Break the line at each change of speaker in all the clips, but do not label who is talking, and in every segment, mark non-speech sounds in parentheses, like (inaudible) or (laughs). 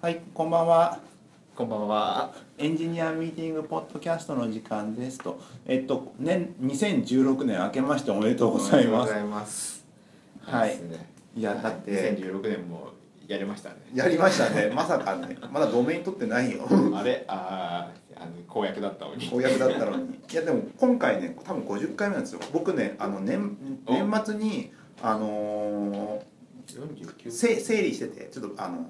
はい、こんばんは。
こんばんは。
エンジニアミーティングポッドキャストの時間ですと、えっと年2016年明けましておめでとうございます。
おめでとうございます。
はい
いいですね。
いやだって
2016年もやりましたね。
やりましたね。まさかね、まだドメイン取ってないよ。
あれあああの公約だったのに。
公約だったのに。いやでも今回ね、多分50回目なんですよ。僕ね、あの年
お
年末にあのー、
49
せ整理してて、ちょっとあのー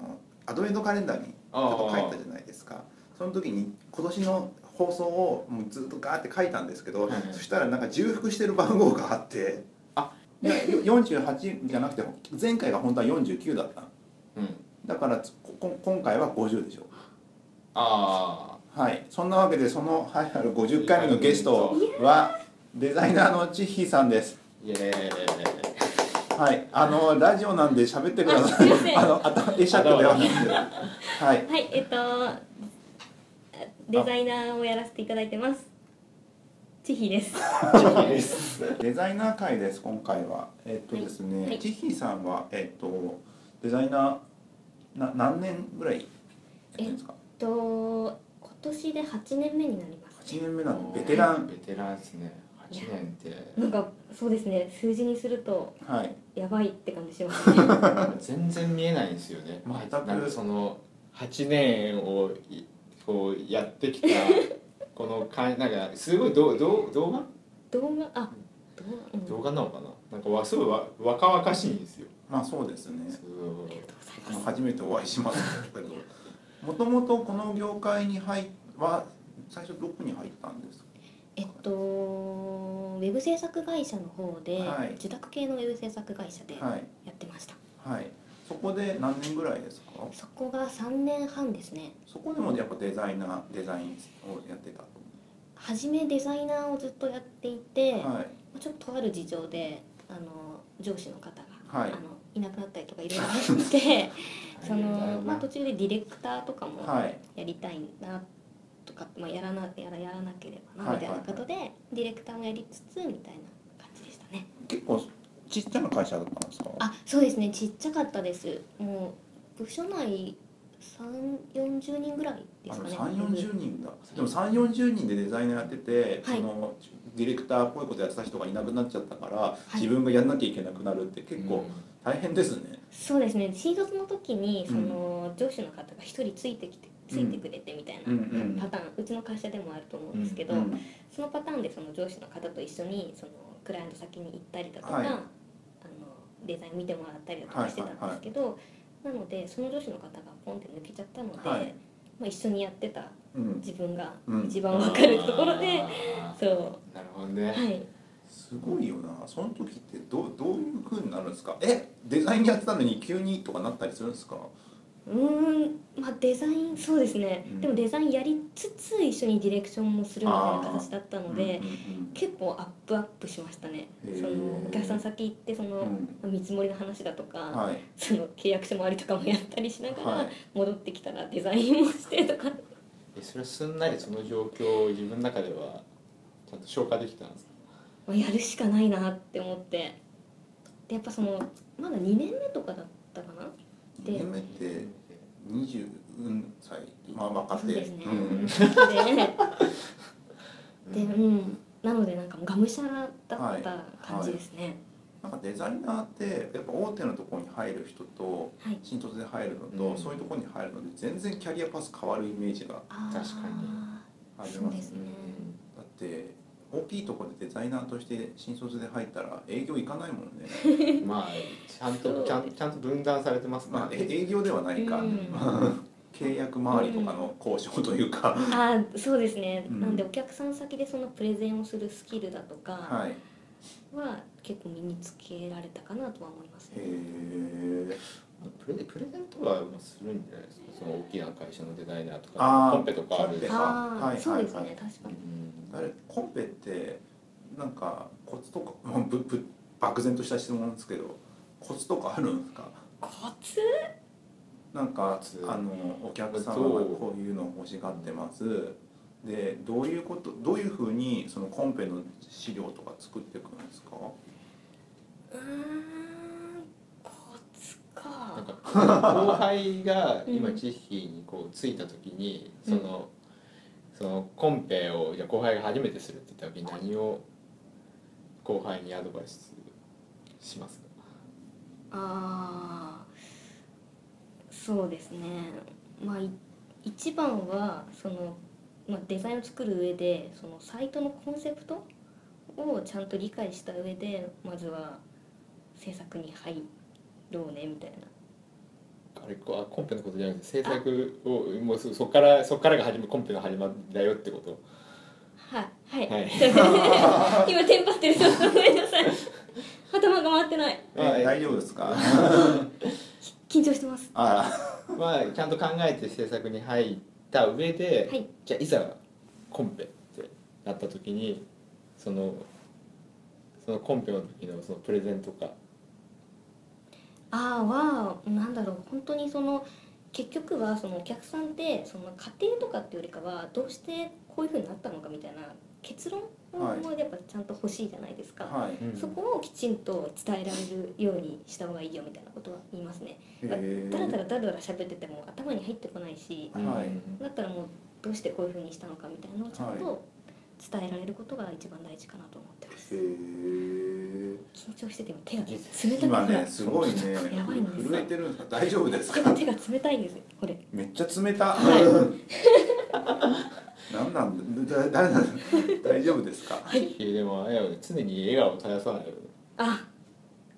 アドベントカレンダーにちょっと書いたじゃないですか。その時に今年の放送をもうずっとガーって書いたんですけど、
はいはい
そしたらなんか重複してる番号があって。
あ
いやよ48じゃなくて前回が本当は49だったの
うん。
だからつここ今回は50でしょ
あ
はいそんなわけでそのはいある50回目のゲストはデザイナーのちひさんです
あイエーイ。
はいあのラジオなんで喋ってください
あすいません
あのあた会釈ではな
(laughs)
くてはい
はい、えっとデザイナーをやらせていただいてます。ちひです。
です。
デザイナー会です今回はえっとです
は
ね
い
ちひさんはえっとデザイナーな何年ぐらいやってるんですか
えっと今年で8年目になります。
8年目なのベテラン
ベテランですね。八年って
なんかそうですね、数字にすると
はい
やばいって感じします (laughs) ね。
全然見えないんですよね。
全く
なんかその八年をいこうやって
(laughs)
きたこのかいなんかすごいどうどう動画
動画あ動画、うん、
動画なのかななんかわすごいわ若々しいんですよ。
まあそうですね
すごい
初めてお会いしますけどもともとこの業界に入っは最初どこに入ったんですか
えっとウェブ制作会社の方で、
はい
自宅系のウェブ制作会社でや
はい
ってました。
はいそこで何年ぐらいですか
そこが3年半ですね。
そこでもやっぱデザイナーデザインをやってたと
初めデザイナーをずっとやっていて。
はい
まあちょっととある事情であの上司の方が、
はい
あのいなくなったりとかいろいろあって
(laughs)
その、まあ、途
ど
中でディレクターとかも
はい
やりたいなとか、まあ、やらなやらやらなければな
はい
みたいなことで、ディレクターもやりつつみたいな感じでしたね。
結構ちっちゃな会社だったんですか
あそうですねちっちゃかったです。もう部署内3 4 0人ぐらいですかね。
3 4 0人だでも3 4 0人でデザイナーやってて、
はい
そのディレクターっぽいことやってた人がいなくなっちゃったから、
い
自分がやんなきゃいけなくなるって結構大変ですね、
そうですね新卒の時にその上司の方が一人ついてきてついてくれてみたい
うんうんうん
なパターンうちの会社でもあると思うんですけど
うん
そのパターンでその上司の方と一緒にそのクライアント先に行ったりだとかあ
はい
のデザイン見てもらったりだとかしてたんですけどなのでその上司の方がポンって抜けちゃったの
はい
でまあ一緒にやってた
うん、
自分が
うん
一番わかるところでそう
なるほどね、
はい
すごいよなその時ってどうどういう風になるんですかえデザインやってたのに急にとかなったりするんですか
うーんまあデザインそうですね、
うん
でもデザインやりつつ一緒にディレクションもするみたいな形だったので、
うんうん
結構アップアップしましたね
へー
そのお客さん先行ってその、
うん
まあ見積もりの話だとか、
うんはい
その契約書周りとかもやったりしながら、
はい
戻ってきたらデザインもしてとか (laughs)
えそれはすんなりその状況を自分の中ではちゃんと消化できたんですか
まあやるしかないなって思ってでやっぱそのまだ2年目とかだったかなで
2年目って20歳まあ若手
そうですね
うん、
で (laughs) でうんなのでなんかもうがむしゃらだった感じですね、
なんかデザイナーってやっぱ大手のところに入る人と
はい
新卒で入るのと、
うん
そういうところに入るので全然キャリアパス変わるイメージが
あー
確かに
あり
そう
ま
ですすね
だって大きいところでデザイナーとして新卒で入ったら営業行かないもんね
うんまあちゃんとちゃんちゃんと分断されてます
まあ
か
え
らね
営業ではないか、
うん
契約周りとかの交渉というか、
あーそうですね、
うん
なんでお客さん先でそのプレゼンをするスキルだとか
はい。
は結構身につけられたかなとは思います
へ
ね、
え。
プレプレゼントはもうするんじゃないですかその大きな会社のデザイナーと
あー
かコンペとかある
コンペか
ああ、
はい
そうですね、
はいはい
確かに
あれコンペってなんかコツとかもうぶぶ漠然とした質問なんですけど、コツとかあるんですか。
コツ
なんか
ツ
あのお客様がこういうのを欲しがってます。でどういうことどういうふうにそのコンペの資料とか作っていくんですか。
うーんコツか
なん
あ
か後輩が今
うん
知識にこうついた時に、
うん
そのそのコンペをじゃあ後輩が初めてするって言った時に何を後輩にアドバイスしますか
あーそうですねまあい一番はその、まあ、デザインを作る上でそのサイトのコンセプトをちゃんと理解した上でまずは制作に入ろうねみたいな
あれこうあコンペのことじゃなくて制作をもうそそっからそっからが始めコンペの始まりだよってこと
ははい、
はい
(laughs) 今テンパってるとごめんなさい頭が回ってない
まあ
え大丈夫ですか
緊張してます
あ
まあちゃんと考えて制作に入った上で、
はい
じゃあいざコンペってなった時にそのそのコンペの時のそのプレゼントか
あーはなんだろう本当にその結局はそのお客さんってその家庭とかっていうよりかはどうしてこういうふうになったのかみたいな結論
はい
をやっぱちゃんと欲しいじゃないです
ら
か、
はい
そこをきちんと伝えられるようにした方がいいよみたいなことは言いますね
へえ
だらだらだらだら喋ってても頭に入ってこないし
うん
はい
だったらもうどうしてこういうふうにしたのかみたいなのをちゃんと伝えられることが一番大事かなと思ってます
へえ
緊張してても手が冷たく
今
な
ね
る
すごいね
やばいんですよ
震えてるんですか大丈夫です
やっぱ (laughs)
か
手が冷たいんですよこれ
めっちゃ冷た
は
(laughs) なんなんだだだだ大丈夫ですか
いやでもあれよね常に笑顔を絶やさないよね
あ、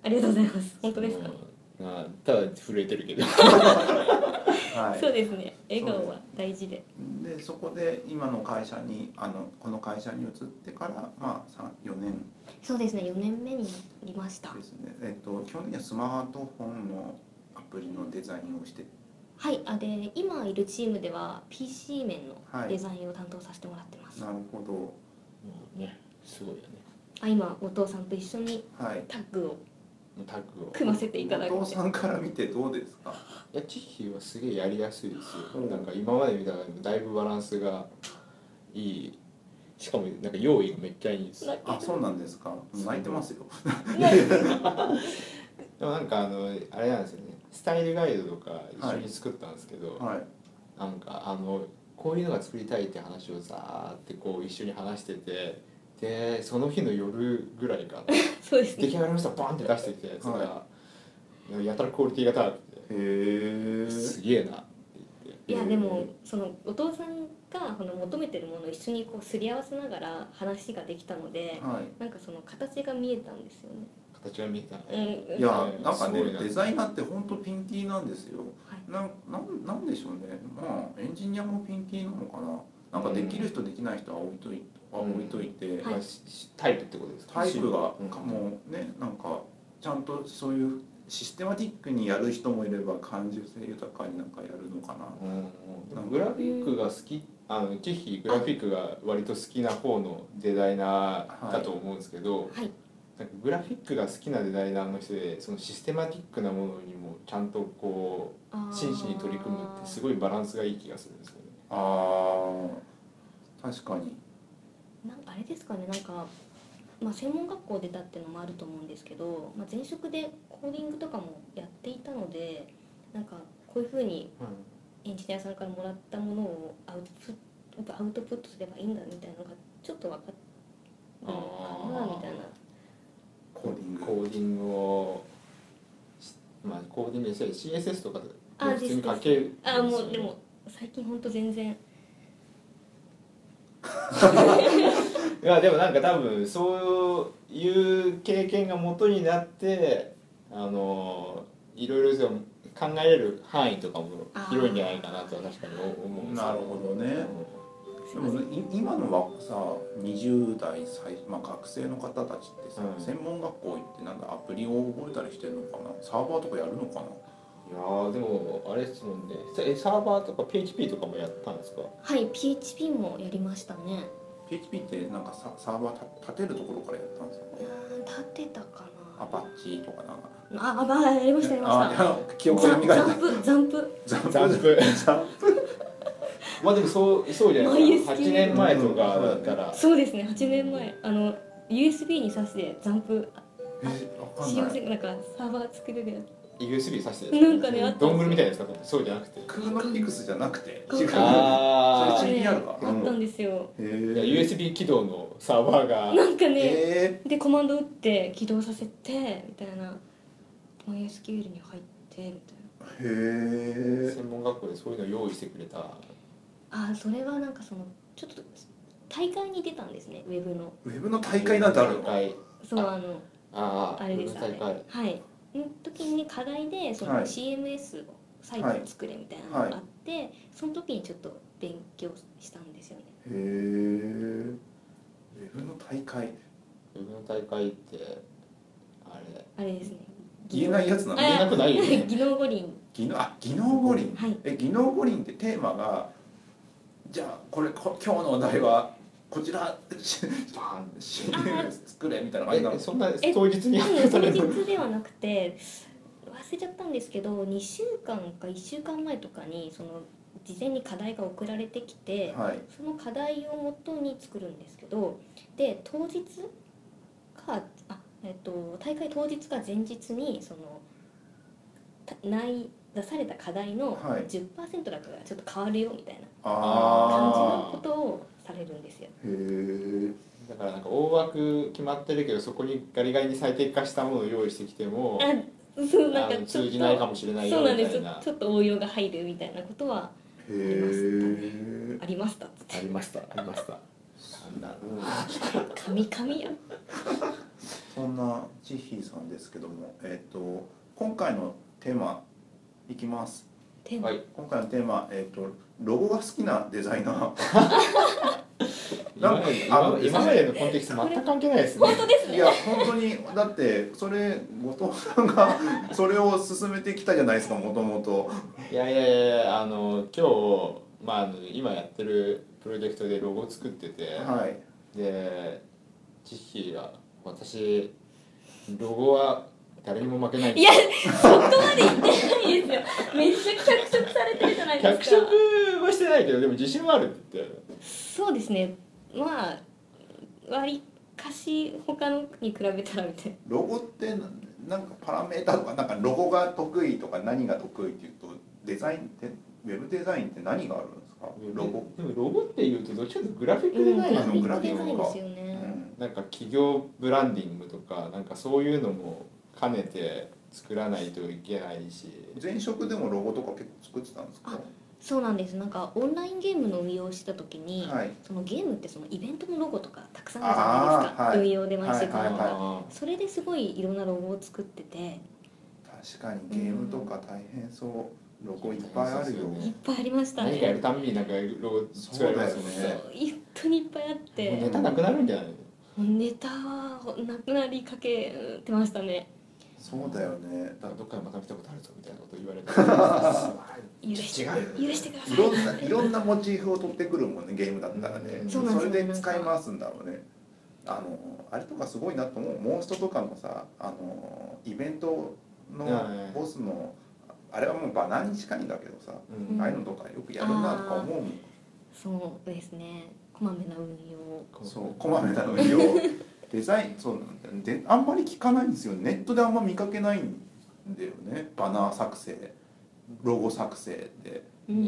ありがとうございます。本当ですか。
うんまあただ震えてるけど
はい
そうですね。笑顔は大事で。
でそこで今の会社にあのこの会社に移ってからまあ三四年
そうですね。4年目になりました。
ですねえっと基本的にはスマートフォンのアプリのデザインをして
はい。あで今いるチームでは PC 面の
はい
デザインを担当させてもらってます。
なるほど
もうねすごいよね
あ今お父さんと一緒に
はい
タッグを
もうタッグを
組ませていただいて。
お父さんから見てどうです
(laughs)
か
いやチヒはすげえやりやすいですよ、
うん
なんか今まで見たらだいぶバランスがいいしかもなんか用意がめっちゃいいんですよ
あそうなんですか泣いてますよ
でもなんかあのあれなんですよねスタイルガイドとか一緒に作ったんですけど、
はい
なんかあのこういうのが作りたいって話をザーってこう一緒に話しててでその日の夜ぐらいかな
そうです
出来
ね。
上がりましたバンって出してきたやつが、やたらクオリティが高くて
へえ
すげえなって言って
いやでもそのお父さんがこの求めてるものを一緒にこうすり合わせながら話ができたので。
はい
なんかその形が見えたんですよね。
形が見えたね
うん
いやなんかね
すごいな
デザイナーって本当ピンキーなんですよ
はい
なんなんなんでしょうねまあエンジニアもピンキーなのかななんかできる人できない人は置いといは
うん
置いといて、
はい
まあししタイプってことですか
タイプが
うん
もうねなんかちゃんとそういうシステマティックにやる人もいれば感受性豊かになんかやるのかな
うんでもグラフィックが好きあのチェヒグラフィックが割と好きな方のデザイナーだと思うんですけど、
はい。
なんかグラフィックが好きなデザイナーの人でそのシステマティックなものにもちゃんとこ
あー
う真摯に取り組むってすごいバランスがいい気がするんですよね。
あー確かに
なんかあれですかねなんか、まあ、専門学校出たっていうのもあると思うんですけど、まあ、前職でコーディングとかもやっていたのでなんかこういうふうにエンジニアさんからもらったものをアウトプットアウトプットすればいいんだみたいなのがちょっと分かったのかなみたいな
コーディング
コーディングをしまあコーディングでしたり CSS とかで
あ
普通に書けるんです
あ
よね
もうでも最近ほんと全然
いやでもなんか多分そういう経験が元になってあのいろいろその考えれる範囲とかも広いんじゃないかなとは確かに思うんですよ
なるほどね
す
で
いませ
も
ん
い今のはさ20代最、まあ、学生の方たちってさ、
うん
専門学校行ってなんだアプリを覚えたりしてるのかなサーバーとかやるのかない
やーでもあれですもんねさえサーバーとか PHP とかもやったんですか
はい PHP もやりましたね
PHP ってなんかササーバーた立てるところからやったんですか
うーん立てたかな
アパッチとかなんか
ああまあやりましたやりました
あいや記憶
ジ
が
ャンジ
磨
ャ
い
ンプジャンプ
た
ジャンプ
ジャンプ
(laughs) まあでもそうそうじゃないですか
マイエスキ
8
ー
年前とかだったら、
そうですね8年前あの USB に挿してジャンプ
えわか
使
ん
用
ない
せなんかサーバー作れるや
USB 挿して
なんかねあったんですよ
ドングルみたいなやつだったそうじゃなくて
クーノピクスじゃなくて
違う
あ
あ
そ
あ
れ CPR か
あったんですよ
へえ
いや USB 起動のサーバーが
なんかね
え
でコマンド打って起動させてみたいな MySQL に入ってみたいな
ー、へえ
専門学校でそういうの用意してくれた
あそれはなんかそのちょっと大会に出たんですねウェブの
ウェブの大会なんてあるの
大会
そうあの
ああ
あれですあ
大
れ
会
はいの時に課題でその
はい
CMS をサイトを作れみたいなのがあって、その時にちょっと勉強したんですよね
へえウェブの大会
ウェブの大会ってあれ
あれですね
言えないやつなの
言えなくないよね
(laughs) 技能五輪
技能あ技能五輪
はい
え技能五輪ってテーマがじゃあこれこ今日のお題はこちらし
バーン
し作れみたいな感じな
え
の
そんな当日に
多
発表
分
さ
当
れる
日ではなくて忘れちゃったんですけど2週間か1週間前とかにその事前に課題が送られてきて
はい
その課題をもとに作るんですけどで当日かあ、えっと、大会当日か前日にそのた内出された課題の
はい
10%だからちょっと変わるよみたいな感じ
あ
のことをされるんですよ。
あへえ
だからなんか大枠決まってるけどそこにガリガリに最適化したものを用意してきても
あそうなん
あ
か
の
ちょ
通
っと
じないかもしれない
そ
よ
う
みた
なんです
いな
ちょっと応用が入るみたいなことは
へえ
ありましたっつって
ありましたありましたなんだろう
神々や
そんなジヒーさんですけどもえっ、と今回のテーマいきます
天
はい
今回のテーマえっ、とロゴが好きなデザイナーあ
今まで今今までのコンテキスト全く関係ないですね
本当です
い
ね
や本当にだってそれ後藤さんがそれを進めてきたじゃないですかもともと
いやいやいやいやあの今日、まああの、今やってるプロジェクトでロゴを作ってて、
はい
でチッヒーが「私ロゴは誰にも負けないんだ
いやそこまで言ってないですよめっちゃ脚色されてるじゃないで
脚
すか
色はしてないけどでも自信はあるって言って
そうですねまあ割かし他のに比べたらみたいな
ロゴってななんかパラメータとかなんかロゴが得意とか何が得意っていうとデザインってウェブデザインって何があるんですかロゴ、
でもロゴっていうとどっちかというとグラフィックデザイン
あ
な
の
ん
グ
だ
ラフィ
け
ッ
デ
ク
ザ
ど
インですよ
う
ね、
ん、
なんか企業ブランディングとかなんかそういうのも兼ねて作らないといけないし
前職でもロゴとか結構作ってたんですか
そうなんですなんかオンラインゲームの運用した時に、
はい
そのゲームってそのイベントのロゴとかたくさんあるじゃないですか、
あーはい
運用で毎週買うのが、
はいはい
それですごいいろんなロゴを作ってて
確かにゲームとか大変そうロゴいっぱいあるよ
いっぱいありました
何かやる
ね
ためになんかロゴ作られますよ
そうだよ
ね
ね
そう本当にいっぱいあっ
もうネ
て
タなくなるんじゃない
ネタはなくなりかけてましたね
そうだよねだ
だどっかでまた見たことあるぞみたいなこと言われて
許して
違う
許してくださ
いろんないろんなモチーフを取ってくるもんねゲームだったらね、
うん
そ
そうなんですよ
れで使い回すんだろうねあのあれとかすごいなと思うモンストとかのさあのイベントの
はい
ボスのあれはもうバナーに近いんだけどさ、
うん
ああいうのとかよくやるなとか思うもん
そうですねこまめな運用
そうこまめな運用デザイン (laughs) そうなんだよねであんまり聞かないんですよネットであんま見かけないんだよねバナー作成ロゴ作成って
うん
うん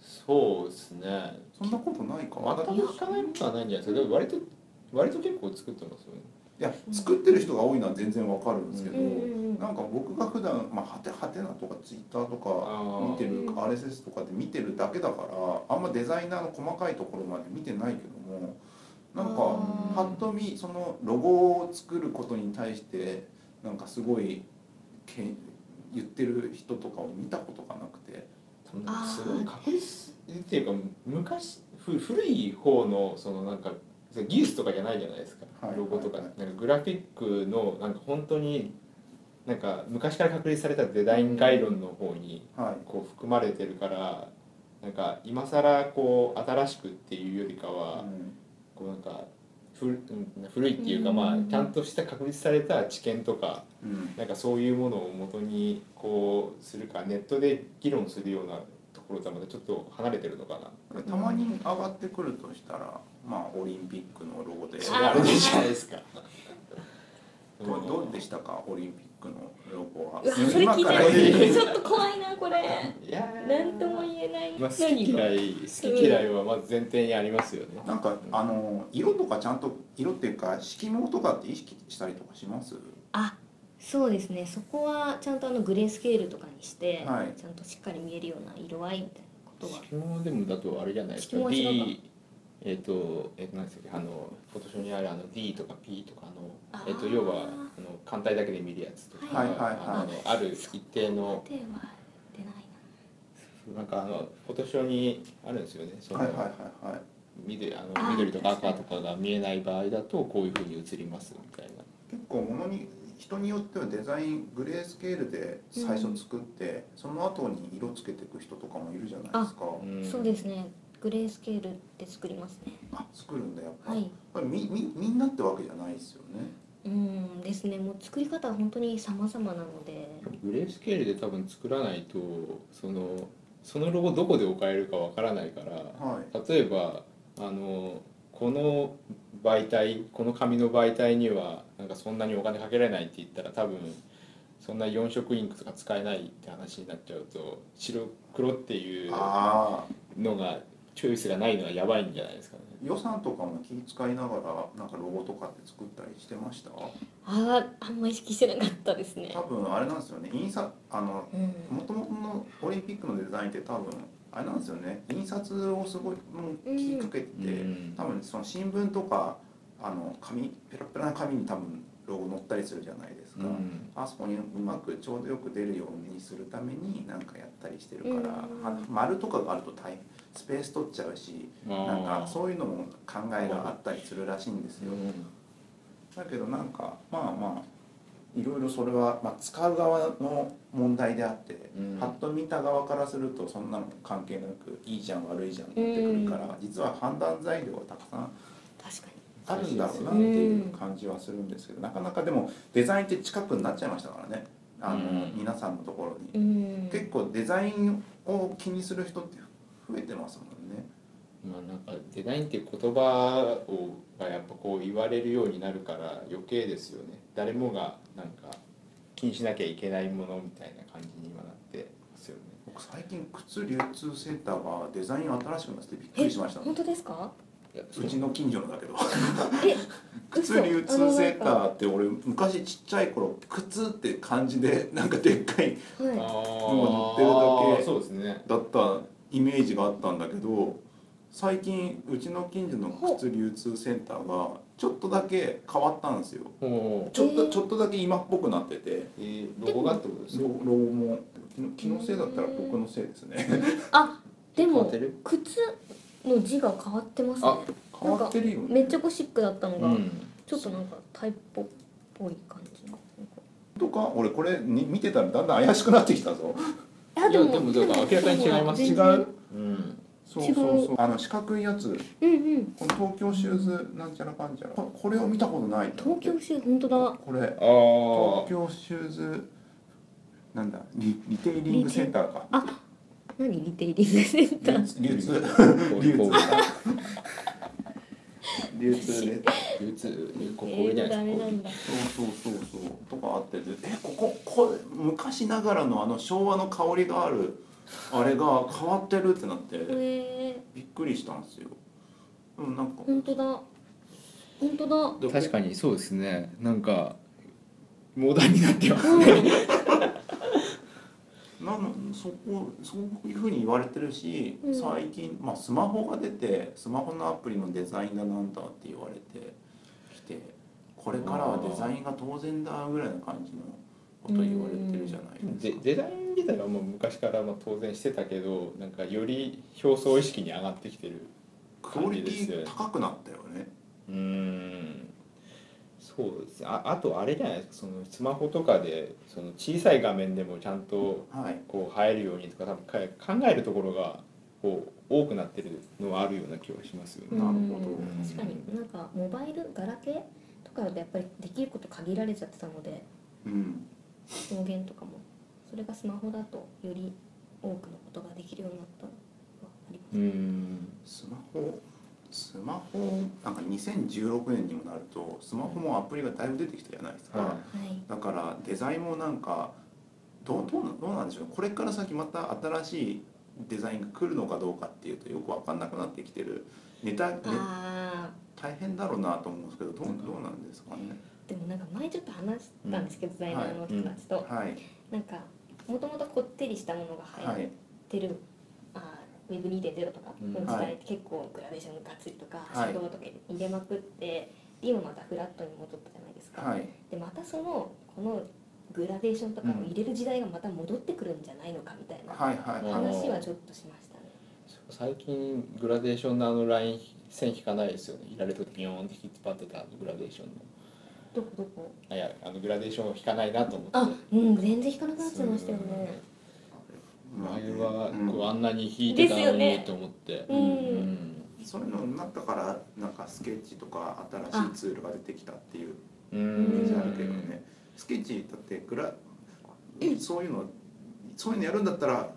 そうですね
そんなことないか
全く聞かないことはないんじゃないですかでも割と割と結構作ってますよね
いや作ってる人が多いのは全然わかるんですけど、
うんうんうん
なんか僕が普段まあハテハテナとかツイッターとか見てる
うん
RSS とかで見てるだけだからあんまデザイナーの細かいところまで見てないけどもなんか
あー
はっと見そのロゴを作ることに対してなんかすごいけん言ってる人とかを見たことがなくて
多分すごい確率っていうか昔ふ古い方のそのなんか技術とかじゃないじゃないですか、
はい
ロゴとか,、
はい
なんかグラフィックのなんか本当になんか昔から確立されたデザイン概論の方に
はい
こう含まれてるからなんか今更こう新しくっていうよりかは、
う
こうなんか古うん古いっていうか、
うん
まあちゃんとした確立された知見とか
んうん
なんかそういうものを元にこうするかネットで議論するようなところとはまたちょっと離れてるのかな。
たまに上がってくるとしたらまあオリンピックのロゴで
それあれでいいじゃないですか。
どうどうでしたかオリンピックの情報は
うわそれ聞い
今
ち
か
ゃ
ら言
う
う
ちょっと怖いなこれ
いやー
なんとも言えない
まあ、好き嫌
が
い好き嫌いはまず前提にありますよね。
なんかあの色とかちゃんと色っていうか色毛とかって意識したりとかします
あそうですねそこはちゃんとあのグレースケールとかにして、
はい
ちゃんとしっかり見えるような色合いみたいなことは
色もでもだとあれじゃないです
色
か。
も違うか
D えっ、とえっ、と何でしたっけあの今年にあるあの D とか P とか
あ
の
ー
えっ、と要はあの艦隊だけで見るやつとか、
はいはいはい
あのある一定の
手は出ない
なんかあの今年にあるんですよね。その
はいはいはいはい
緑あの
あー
緑とか赤とかが見えない場合だとこういうふうに映りますみたいな。
結構ものに人によってはデザイングレースケールで最初作って、その後に色つけていく人とかもいるじゃないですか
うん
な、そうですねグレースケールで作りますね
あ作るんだやっぱ、
はい
これみみみんなってわけじゃないですよね
うんですねもう作り方は本当に様々なので
グレースケールで多分作らないとそのそのロゴどこで置かれるかわからないから、
はい
例えばあのこの媒体この紙の媒体にはなんかそんなにお金かけられないって言ったら多分そんな4色インクとか使えないって話になっちゃうと白黒っていう
ああ
のがチョイスがないのはやばいんじゃないですかね。
予算とかも気遣いながらなんかロゴとかって作ったりしてました
あああんま意識してなかったですね
多分あれなんですよね印刷あの
うん
元々のオリンピックのデザインって多分あれなんですよね印刷をすごいもう気かけてて、
うん
多分その新聞とかあの紙ペラペラな紙に多分ロゴ載ったりするじゃないですか、
うん
あそこにうまくちょうどよく出るようにするために何かやったりしてるから、
うん
あ丸とかがあると大変スペース取っちゃうしなん
ま
かそういうのも考えがあったりするらしいんですよ、だけどなんかまあまあいろいろそれは、まあ、使う側の問題であって、
うん
パッと見た側からするとそんなの関係なくいいじゃん悪いじゃんってくるから、実は判断材料はたくさん
確かに
あるんだろうなっていう感じはするんですけど、なかなかでもデザインって近くになっちゃいましたからねあの、
うん
皆さんのところに、
うん
結構デザインを気にする人って増えてますもんね
まあ、なんかデザインっていう言葉をがやっぱこう言われるようになるから余計ですよね誰もがなんか気にしなきゃいけないものみたいな感じに今なってますよね
僕最近靴流通センターがデザイン新しくなっててびっくりしました
本当ですか
いや
うちの近所のだけど
え
靴
嘘
流通センタ
あ
ーって俺昔ちっちゃい頃靴って漢字でなんかでっかい
のなんかは
もう塗ってるだけ
そうですね
だったイメージがあったんだけど最近うちの近所の靴流通センターがちょっとだけ変わったんですよ
も
ちょっと、
えー
ちょっとだけ今っぽくなってて
う、えー、ロゴがってことです
ロ
よ
ロゴも気の気のせいだったら僕のせいですね
いあで
変わっ
も
てる
靴の字が変わってますね
あ
変わってるよ
めっ
ね
ちゃゴシックだったの
う
が、
ん
ちょっとなんかタイポっぽい感じの
とか俺これに見てたらだんだん怪しくなってきたぞ
い
いやでもだから明らかに違います
全
違
然
う
うん
そうそうそうあの四角いやつ
うんうん
この東京シューズなんちゃらかんちゃらここれを見たことないと思
東
って
京シュー本当だ
これ
ああ
東京シューズなんだリリテイリングセンターか
あ何リテイリングセンタ
流
ー
通流通
流通
流通で
流通こ
え
ここれじゃ
ー、ダ
ないで
メ
すか
なんだ
そうそうそうそうとかあっててえこここれ昔ながらのあの昭和の香りがあるあれが変わってるってなって
え
びっくりしたんですようんなんか
ー、本当だ本当だ
で
確かにそうですねなんかモダンになってます (laughs)
なのそこそういうふうに言われてるし、
うん
最近、まあ、スマホが出てスマホのアプリのデザインだなんだって言われてきてこれからはデザインが当然だぐらいの感じのこと言われてるじゃないです
デ
か。
デザイン自体はもう昔からまあ当然してたけどなんかより表層意識に上がってきてる
クオリティ高くなったよね。
うんそうですねああとあれじゃないですかそのスマホとかでその小さい画面でもちゃんと
はい。
こう映えるようにとか多分か考えるところがこう多くなってるのはあるような気はしますよ
う
ね。
ん
なるほど
確かになんかモバイルガラケーとかだとやっぱりできること限られちゃってたので
うん。
音源とかもそれがスマホだとより多くのことができるようになったのはあります
うん
スマホスマホなんか2016年にもなるとスマホもアプリがだいぶ出てきたじゃないですか、
は
はい
だからデザインもなんかどうどうなどうなんでしょうねこれから先また新しいデザインが来るのかどうかっていうとよく分かんなくなってきてるネタ、ね、
あ
大変だろうなと思うんですけどどうどうなんですかね。
ーでもなんか前ちょっと話したんですけど、デザイナーの友達と、
はい、
なんかもともとこってりしたものが
は
流行
い、
ってる、あーウェブ2.0とか
うん
の時代って結構グラデーションがっつりとか、
はい
シャドウとか入れまくって今またフラットに戻ったじゃないですか、
はい、
でまたそのこのグラデーションとかを入れる時代がまた戻ってくるんじゃないのかみたいな
はい、はい、はい、
話はちょっとしましたね。
最近グラデーションのあのライン線引かないですよねいられるとビヨーンって引っ張ってたあのグラデーションの
どこどこ
あいやあのグラデーションを引かないなと思って
あうん全然引かなくなっちゃいましたよね。
前は
うん
こうあんなに引いてたの
ですよ
に
ね
と思って、
う
うんん
そういうのになったからなんかスケッチとか新しいツールが出てきたっていう
う
イ
ん
メージあるけどねスケッチだってグラそういうのそういうのやるんだったら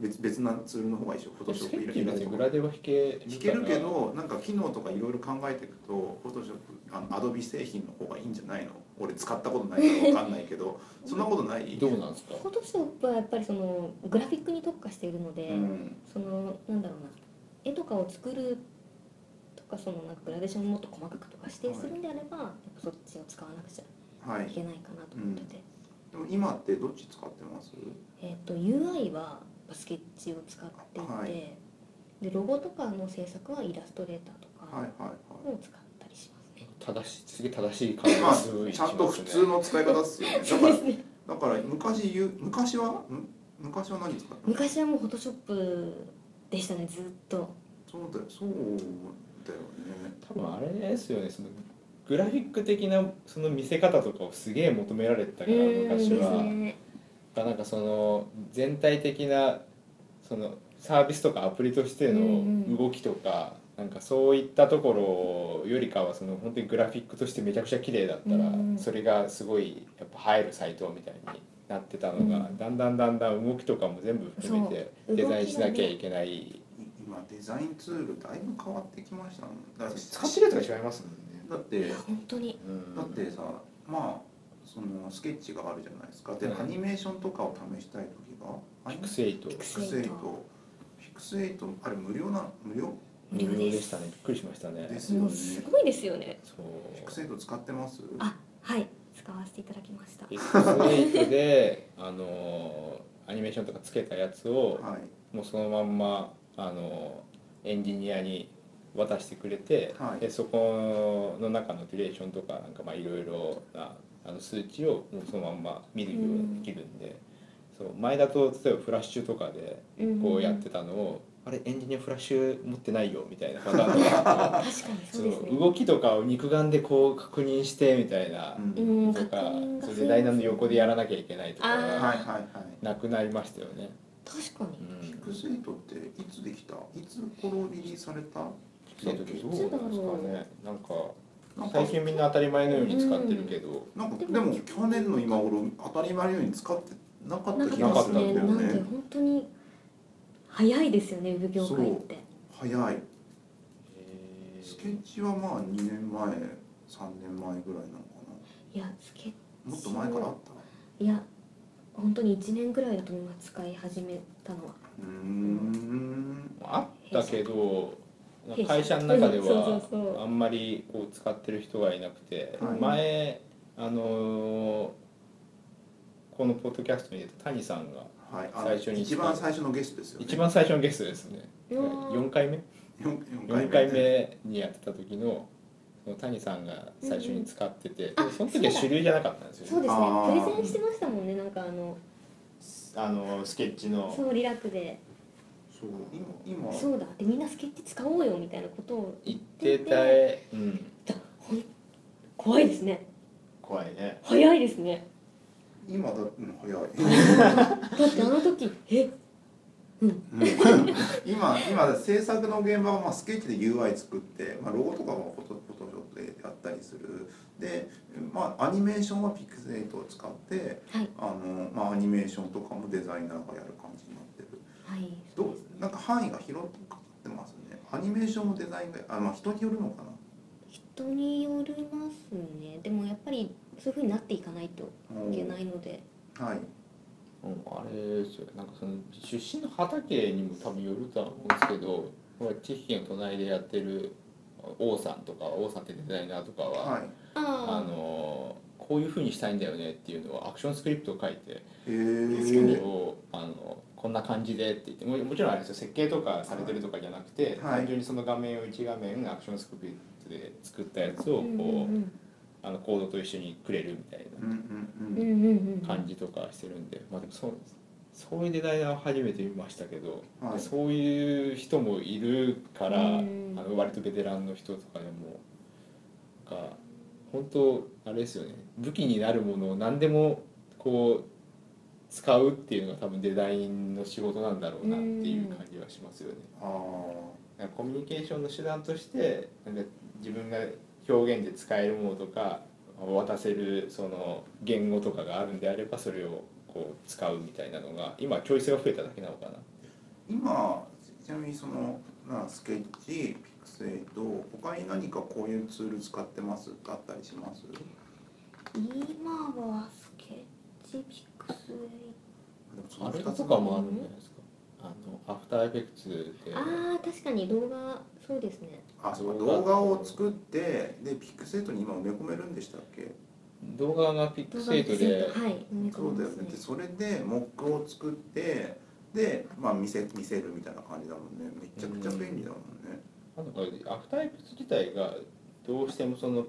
別別なツールの方がいいでしょフォトショ
ス
ッ
ケ
プ
ッチだってグ
入れ
ラデは引けるから
弾けるけどなんか機能とかいろいろ考えていくとフォトショップあのアドビ製品の方がいいんじゃないの俺使ったことないから分かんないけ
(laughs)
どそんなことない
どうなんですか
フォトショップはやっぱりそのグラフィックに特化しているので、
うん
そのなんだろうな絵とかを作るとかそのなんかグラデーションをもっと細かくとか指定するんであれば、やっぱそっちを使わなくちゃ
はい
いけないかなと思ってて、
でも今ってどっち使ってます
えっ、と UI はスケッチを使っていて、
はい
でロゴとかの制作はイラストレーターと
はいは
か
いはい
を使ったりしますね。
正しいすげえ正しい感じ
ま
が
あ、
すごい
ちゃんと普通の使い方っすよね。だ
そう
か
ですね
ら、だから昔言う、昔は、ん昔は何使ったの。
(laughs) 昔はもうフォトショップでしたねずっと
そうだよ、そうだよね。
多分あれですよねそのグラフィック的なその見せ方とかをすげえ求められてたから昔
です
は、
ね
なんかその全体的なそのサービスとかアプリとして
うんう
の
ん
動きとか、なんかそういったところよりかはその本当にグラフィックとしてめちゃくちゃ綺麗だったら、
うんうん
それがすごいやっぱ入るサイトみたいになってたのが、
うん
だんだんだんだん動きとかも全部含めて
そう
デザインしなきゃいけない。
い今デザインツールだいぶ変わってきましたもん。だって
違いますもんね。
だって、
本当に
だってさ、まあ。そのスケッチがあるじゃないですかで、
うん
アニメーションとかを試したい時がア
ピ
ニ
クセイト
ピクセイトピクセイトあれ無料な無料
無料です
でしたね。びっくりしましたね
で。すよ
も
ね
うすごいですよね
そう。
ピクセイト使ってます
あはい使わせていただきました
エクスエイトであのアニメーションとかつけたやつを
はい
もうそのまんまあのエンジニアに渡してくれて、
はい
でそこの中のデュレーションとかなんかまあいろいろなあの数値をもうそのまんま見るようにできるんで、そう前だと例えばフラッシュとかでこうやってたのを、あれエンジニアフラッシュ持ってないよみたいなパターンとかあって
確かに (laughs) そうですね
そう動きとかを肉眼でこう確認してみたいな。
うん
うん
と
確
か
認が
そ
増えま
れ
す
でダイナの横でやらなきゃいけないとか
はい
あ
が
はいはい
なくなりましたよね。
確か
う
に
ピ
ん
クセイトっていつできたいつ頃リリースされた
だけどどうなんですかね。なんか
なんか
最近みんな当たり前のように使ってるけど、
なんかでも去年の今頃当たり前のように使ってなかった
な
気
か
が
ったです
るん
すね
だよ
なんで
ね
本当に早いですよねウェブ業界って
早い
えー
スケッチはまあ2年前3年前ぐらいなのか
いやつけ
なもっと前からあった
いや本当に1年ぐらいだと思います使い始めたのは
うーん
あったけど
弊社
会社の中で
そうそうそう
はあんまりこう使ってる人がいなくて、
はい
前あのーこのポッドキャストに出た谷さんが
はいあの
最初に
一番最初のゲストですよね
一番最初のゲストですね。
うわー
4回目
4,
4回目にやってた時のその谷さんが最初に使ってて、
うんうんあ
その時は主流じゃなかったんです
そ
よ
う
ね
ですね
あー
プレゼンしてましたもんねなんかあの
あのスケッチの
そうリラックで
そう今今
そうだでみんなスケッチ使おうよみたいなことを
言ってたえ、うん、
だほん怖いですね
怖いね
早いですね
今だうん早い
(laughs)
だってあの時え
うん今今制作の現場はまあスケッチで UI 作って、まあ、ロゴとかもフォトフォトショップでやったりするで、まあ、アニメーションはピクセイトを使って
はい
あの、まあ、アニメーションとかもデザイナーがやる感じになってる
はい
どうなんか範囲が広くなってますねアニメーションもデザインがあ、まあ、人によるのかな
人によりますねでもやっぱりそういう風になっていかないといけないので
はい
うん、あれですよなんかその出身の畑にも多分よるとは思うんですけどほら地域の隣でやってる王さんとか王さんってデザイナーとかは、
はい
あ
ああ
のこういうふうにしたいんだよねっていうのをアクションスクリプトを書いて
へ
それ
え
をあのこんな感じでって言ってももちろんあれですよ設計とかされてるとかじゃなくて、
はい
単純にその画面を1画面アクションスクリプトで作ったやつをこう、
うんうん
あのコードと一緒にくれるみたい
うんうん
うんう
うん
んうん
な感じとかしてるんで、まあでもそうそういうデザイナーを初めて見ましたけど、
はい
そういう人もいるから、
うん
あの割とベテランの人とかでもなんか本当あれですよね武器になるものを何でもこう使うっていうのが多分デザインの仕事なんだろうなっていう感じはしますよね。
ああ
なんかコミュニケーションの手段としてなんか自分が表現で使えるものとか渡せるその言語とかがあるんであればそれをこう使うみたいなのが今チョイスが増えただけなのかな。
今ちなみにそのなスケッチピクセイト他に何かこういうツール使ってますってあったりします
今はスケッチピクス
あれとかもあるんじゃないですか。あのアフターエフェクツで
ああ確かに動画そうですね
あそうか動画を作ってでピクセイトに今埋め込めるんでしたっけ
動画がピッ
動
ク
画
セイトで
はい埋め
そ
込
うだ
み
よね
ま
です
ね
それでモックを作ってで、まあ、見せ見せるみたいな感じだもんねめちゃくちゃ便利だもんね、
なんかアフターエフェクツ自体がどうしてもその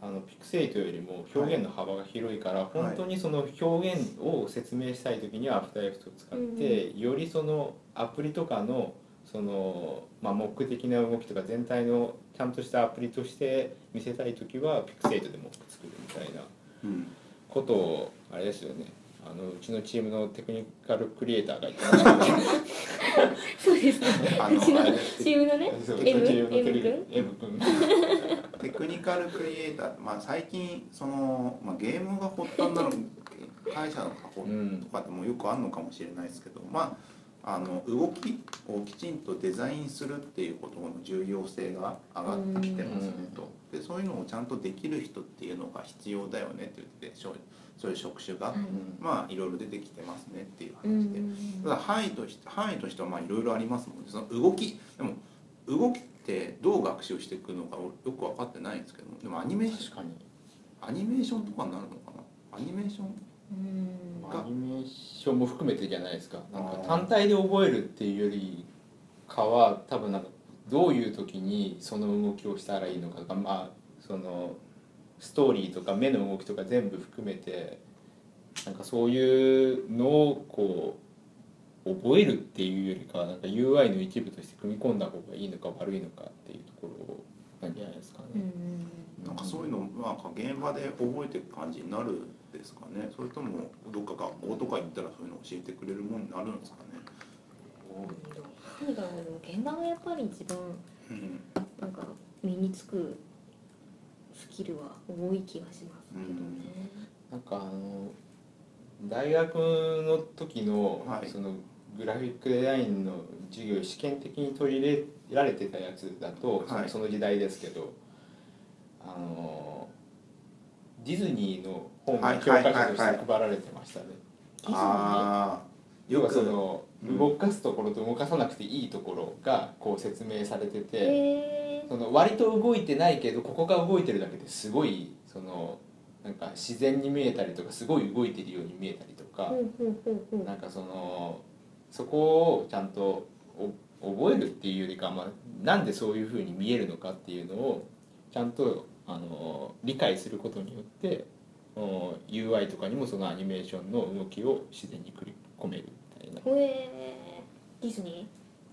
あのピクセイトよりも表現の幅が広いから、本当にその表現を説明したい時にはアフターエフェクツを使って、よりそのアプリとかのその、まあ、モック的な動きとか全体のちゃんとしたアプリとして見せたい時はピクセイトでモック作るみたいな
うん、
ことをあれですよねあのうちのチームのテクニカルクリエイターが言ってましたけど
そうですね
(laughs) あ
うち
の
の
あれ
チームのね
そううち
M
のチームのテ
M
クニ
君
M 君
テクニカルクリエイター、まあ、最近その、まあ、ゲームが発端なの会社の過去
うん
とかでもよくあるのかもしれないですけど、まあ、あの動きをきちんとデザインするっていうことの重要性が上がってきてますねとでそういうのをちゃんとできる人っていうのが必要だよねって言ってしょそういう職種が、
はい
まあ、いろいろ出てきてますねっていう
うんうん
話で。ただ範囲として範囲としてはまあいろいろありますもんねその動きでも動きってどう学習していくのかよく分かってないんですけどもでもアニメーシ
確かに
ョンアニメーションとかになるのかなアニメーション
うん
アニメーションも含めてじゃないですかなんか
あー
単体で覚えるっていうよりかは多分なんかどういう時にその動きをしたらいいのかとかまあそのストーリーとか目の動きとか全部含めてなんかそういうのをこう覚えるっていうよりかはなんか UI の一部として組み込んだ方がいいのか悪いのかっていうところなんじゃないですかね。
うんうん
なんかそういうのなんか現場で覚えていく感じになるんですかねそれともどっか学校とか行ったらそういうの教えてくれるもんになるんですかね、
何だろうでも現場がやっぱり一番
うん
なんか身につくスキルは多い気がしますけどね。
なんかあの大学の時の,、
はい
そのグラフィックデザインの授業試験的に取り入れられてたやつだと、その
はい
その時代ですけどあのディズニーの本が
はい
教科書として
は
配
いはい
られてましたね。
ああ
要はその
うん
動かすところと動かさなくていいところがこう説明されてて、
へえ
その割と動いてないけどここが動いてるだけですごいそのなんか自然に見えたりとかすごい動いてるように見えたりとか
ほ、うほうほうほう。
なんかそのそこをちゃんとお覚えるっていうよりかは、まあ、なんでそういうふうに見えるのかっていうのをちゃんとあの理解することによってうん UI とかにもそのアニメーションの動きを自然に組み込めるみたいな
ほえーディズニ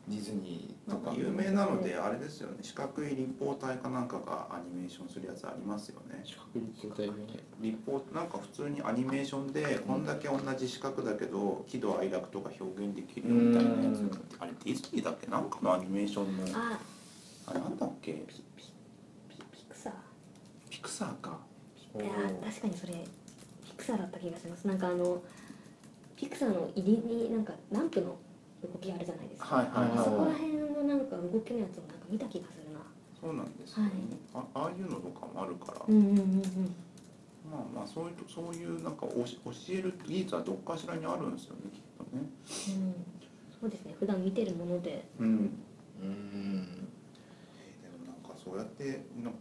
ディズニー
な
と
んか
か
有名なのであれですよね四角い立方体かなんかがアニメーションするやつありますよね
視覚立体ね
立方なんか普通にアニメーションでこんだけ同じ四角だけど喜怒哀楽とか表現できるよみたいなやつ
うん
あれディズニーだっけなんかのアニメーションの
ー。あ
あれなんだっけピ
ピピクサー。
ピクサーか
お
いや
ー
ー確かにそれピクサーだった気がします。なんかあのピクサーの入りになんかランプの動きあるじゃないですか。
はいはい
そこら
は
辺ののなんか動きのやつもなんか見た気がするな
そうなんですよね、あああいうのとかもあるから、
うんうんうんうん
まあまあそういうとそういうなんかおし教える技術はどっかしらにあるんですよねきっとね。
うんそうですね普段見てるもので
うん
うん
でもなんかそうやってなんか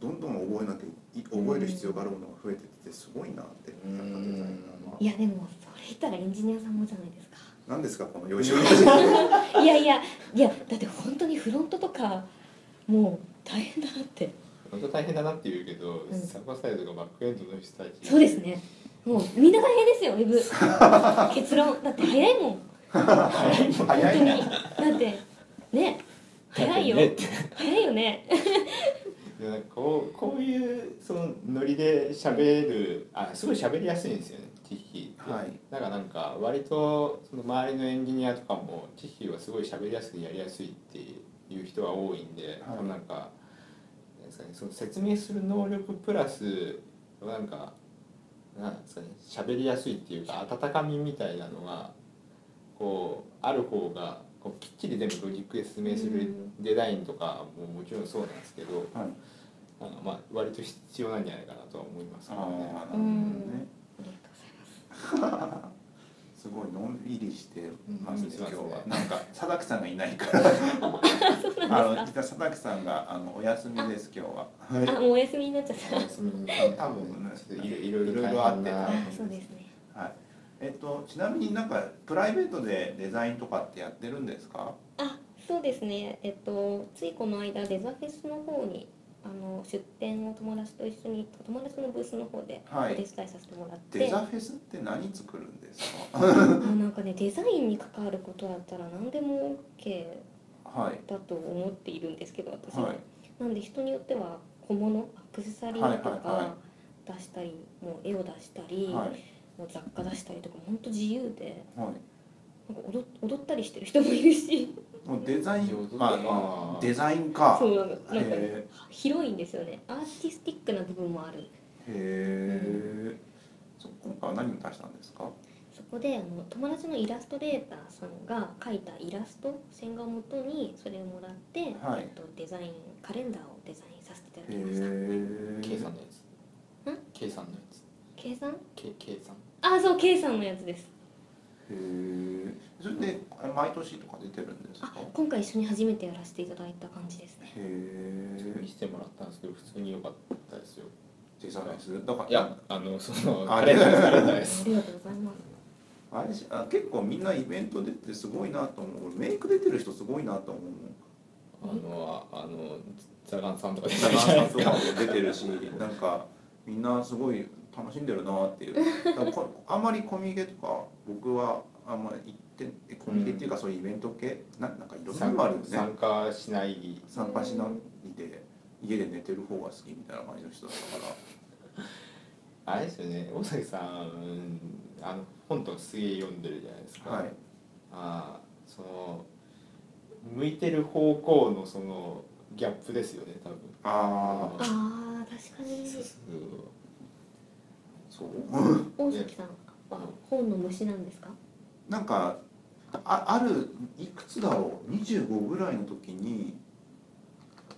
どんどん覚えなきゃい覚える必要があるものが増えてってすごいなって、
うん
なんかデザイナーはい
やでもそれ言ったらエンジニアさんもじゃないですか
何ですかこの余剰な
いやいやいやだって本当にフロントとかもう大変だなって
本当大変だなって言うけど、
うん
サーバーサイドがバックエンドの人たち
そうですねもうみんな大変ですよウェブ
(laughs)
結論だって早いもん
早 (laughs) いな。
だってね早いよ、
だってね
早いよね (laughs)
でなんかこうこういうそのノリで喋るあすごい喋りやすいんですよねティヒーって、
はい
だからなんか割とその周りのエンジニアとかもティヒーはすごい喋りやすくやりやすいっていう人は多いんで、多分なんかなんですかねその説明する能力プラスなんかなんですかね喋りやすいっていうか温かみみたいなのがこうある方がこうきっちり全部ロジックで説明す
う
る
ん
デザインとかももちろんそうなんですけど、
はい。
あのまあ割と必要なんじゃないかなとは思います
あ
け
あ
ど
なる
ね。
ほどね。
ありがとうございます
(laughs) すごいのんびりしてますね、
うん
今日
そうで
は
す。ね
なんか佐々木さんがいないから。あ
(laughs)
の実は佐々木さんがあのお休みです今日は。はい。
あもうお休みになっちゃった
お
あ
休みに
多分ね
ちょっといろいろいろ
いろいろあって
大変な
そうですね
はい。えっとちなみになんかプライベートでデザインとかってやってるんですか？
あそうですねえっとついこの間デザフェスの方にあの出店を友達と一緒に友達のブースの方でお
はい
手伝いさせてもらって、
デザフェスって何作るんですか？
(laughs) あなんかねデザインに関わることだったら何でも OK
はい。
だと思っているんですけど私は、
はい。
なんで人によっては小物アクセサリーと
はいはい
か出したり、もう絵を出したり、
はい。
もう雑貨出したりとか本当自由で
はい。
なんか踊っ踊ったりしてる人もいるし
もうデザイン、ま
ま
あ
あ
ま
ま
あ
あ
デザインか。
そう
へ
なのなんかね
え。
広いんですよねアーティスティックな部分もある
へえ。そ今回は何を出したんですか？
そこであの友達のイラストレーターさんが描いたイラスト線画をもとにそれをもらって、
はい
えっと、デザインカレンダーをデザインさせていただきました
へえ。
計算のやつ。
ん
計算のやつ。
計算
け計算。
あそう計算のやつです
へえ。それであ毎年とか出てるんですか
あ？今回一緒に初めてやらせていただいた感じですね
へえ
見。せてもらったんですけど普通に良かったですよ。
デザインです。だから
いやあのその
あ
カレンダーですカレンダーです
あ。りがとうございます
あれしあ結構みんなイベント出てすごいなと思う。俺メイク出てる人すごいなと思う (laughs) もん。
あのああのザガンさんとか
長 (laughs) さんとか
か。
も出てるし、なんかみんなすごい楽しんでるなっていう。だからこあんまりコミケとか僕はあんまり行ってコミケっていうかそういうイベント系ななんかいろんなのあるよね。
参加しない。
参加しないで家で寝てる方が好きみたいな感じの人だったから。
あれですよね。大崎さんあの本とかすげえ読んでるじゃないですか。
はい。
ああその向いてる方向のそのギャップですよね多分
ああ、
あー確か
そう
に
そう
そう。
大崎さんは本の虫なんですか
なんかああるいくつだろう25ぐらいの時に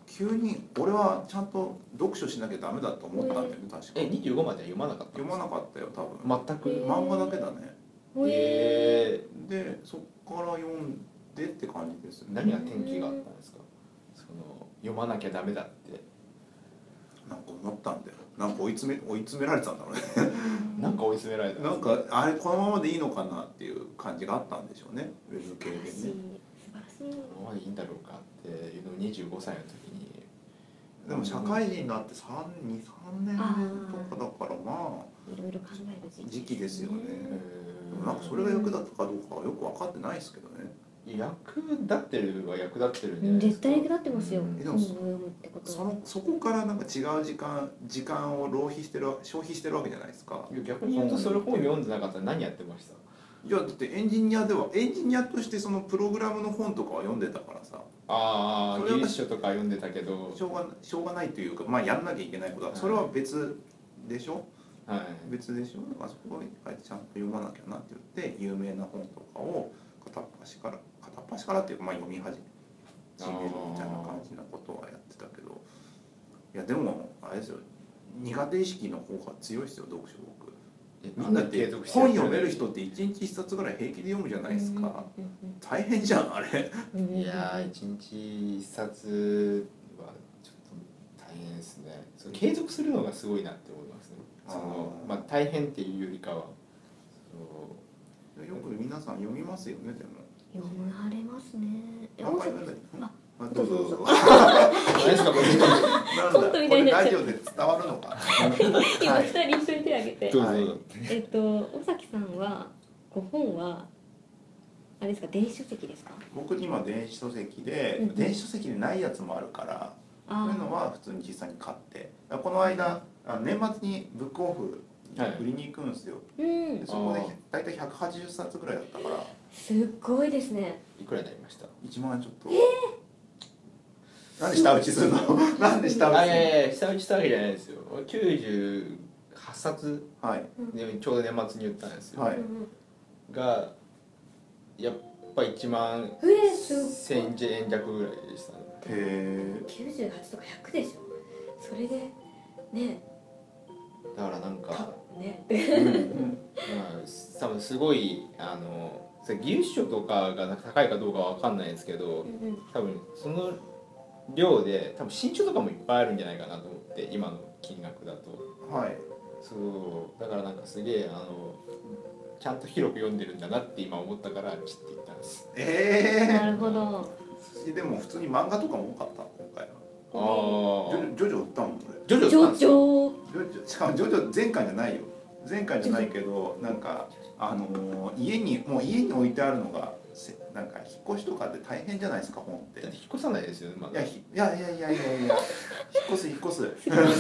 急に俺はちゃんと読書しなきゃダメだと思ったんだよね確か
え二十五までは読まなかった
読まなかったよ多分、
な全く
漫画だけだね
え
でそっから読んでって感じです
ー、
ね
何が転機があったんですかその読まなきゃダメだって
なんか思ったんだよなんか追い詰め追い詰められてたんだろう (laughs) ね
なんか追い詰められた
なん
です
かあれこのままでいいのかなっていう感じがあったんでしょうねウェブ系
素晴
で
らしい
ね
素晴らしい
このままでいいんだろうかっていうのを二十五歳の時に
でも社会人になって323年とかだからまあ
いろいろ考える時期
時期ですよね
えー
でもなんかそれが役立ったかどうかはよく分かってないですけどね
役立ってるは役立ってるんじゃ
うん
ないで
絶
すか
対役立ってますよ、
うん
で
本
も
を読むってこと
そ
は
のそこからなんか違う時間時間を浪費してるわ消費してるわけじゃないですか
いや逆に言うとそれ本読んでなかったら何やってました
いやだってエンジニアではエンジニアとしてそのプログラムの本とかは読んでたからさ
あ
そ
あ
れは
ギリシャとか読んでたけど
しょうがしょうがないというかまあやんなきゃいけないことはそれは別でしょ
はい
別でしょだからそこをあえてちゃんと読まなきゃなって言って有名な本とかを片っ端から片っ端からっていうかまあ読み始めちぎるみたいな感じのことはやってたけどいやでもあれですよ苦手意識の方が強いですよ読書僕みんなって本読める人って1日1冊ぐらい平気で読むじゃないですか大変じゃんあれ (laughs)
いやー一日一冊はちょっと大変ですねその継続するのがすごいなって思いますねその
あー
まあ大変っていうよりかはその
よく皆さん読みますよねでも
読まれますねえ
なん
音
か
声
読めない
あ
あどうぞどうぞ
何ですかこれ
なん
コ
だ
ント
こ
みたい
れ
になっ
ラ
ち
ジ
ゃう
オで伝わるの
(laughs)
か
今
はい
二人一緒に手を挙げて
どうぞ
はい
どうぞ
えっと尾崎さんはご本はあれですか電子書籍ですか
僕今電子書籍で、
うん
電子書籍でないやつもあるからそういうのは普通に実際に買ってだからこの間あ年末にブックオフ
はい
売りに行くんですよ、
うん
でそこで
あー
大体180冊ぐらいだったから
すっごいですね
いくらになりました
1万円ちょっと、なんで下打ちする
(laughs)
のなんで下打ち
あ
するの
いやいや久々したわけじゃないですよ98冊
はい
でちょうど年末に言ったんですよ、
はい
うん
がやっぱ1万
うんえーす
1000円弱ぐらいでしたね
へえ
98とか100でしょそれでね
だからなんか、ま
ね
(laughs)
あ、多分すごいあのそれ技術書とかが高いかどうかは分かんないですけど多分その量で多分新書とかもいっぱいあるんじゃないかなと思って今の金額だと
はい
そうだからなんかすげえあのちゃんと広く読んでるんだなって今思ったからちって言ったんです
な
え
るほど
えでも普通に漫画とかも多かった今回は
ああ
ジョジョジョジョ売ったもん俺
ジョジョ
上
さんですよ
々
ジョジョしかもジョジョ前回じゃないよ前回じゃないけどなんかあのー家にもう家に置いてあるのがせなんか引っ越しとかで大変じゃないですか本って
だって引っ越さないですよねま
い
だ
やひいやいやいやいやいや引っ越す引っ越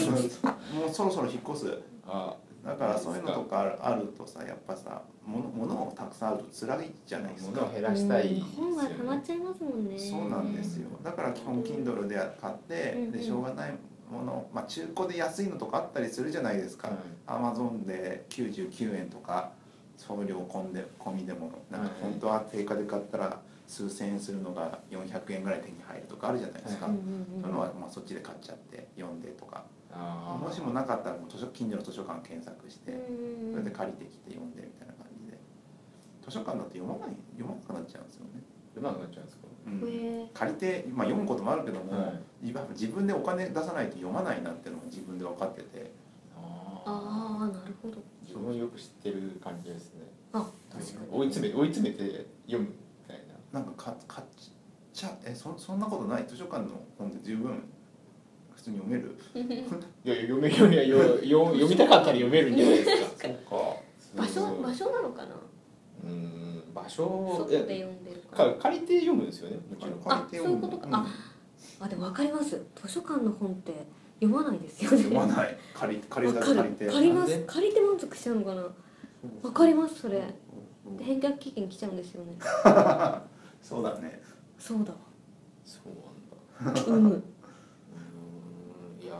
すもうそろそろ引っ越す
あ
だからそういうのとかあるあるとさやっぱさものものをたくさんあると辛いじゃないです
物
か
を減らしたいです
うん
よ
本は溜まっ
ね
ちゃいますもんね
そうなんですよだから基本 Kindle で買って
うん
でしょうがないもの、まあ、中古で安いのとかあったりするじゃないですか、アマゾンで99円とか送料込んで込みでもなんか
はい
本当は定価で買ったら数千円するのが400円ぐらい手に入るとかあるじゃないですか、
うんうん
そううんいうのはまあそっちで買っちゃって読んでとか
あ
もしもなかったらもう図書近所の図書館検索して
うん
それで借りてきて読んでみたいな感じで図書館だって読まない読まなくなっちゃうんですよね、
今なくなっちゃうんですか
うん
へ
借りて、まあ、読むこともあるけども、
は
やっぱ自分でお金出さないと読まないなっていうのも自分で分かってて
あ
ああなるほど
あ自分をよく知ってる感じですね
あ確かに
追い詰め追い詰めて読むみたいな
なんかか買っちゃえそそんなことない図書館の本で十分普通に読める
いや読め読めよよ読みたかったら読めるんじゃないですかそうか
(laughs) 場所場
所
所なのかな
うん場所
外
いや
で読んでるから
か借りて読むんですよねもちろん
あそういうことかああでもわかります図書館の本って読まないですよ
うん
ね
読まない借り借り
わ
た
かる
借りて
借りま
な
す
んで
借りて満足しちゃうのかなわかりますそれ
うん
で返却期限来ちゃうんですよね
そうだね
そうだわ
そうなんだ
うむ
うーんいや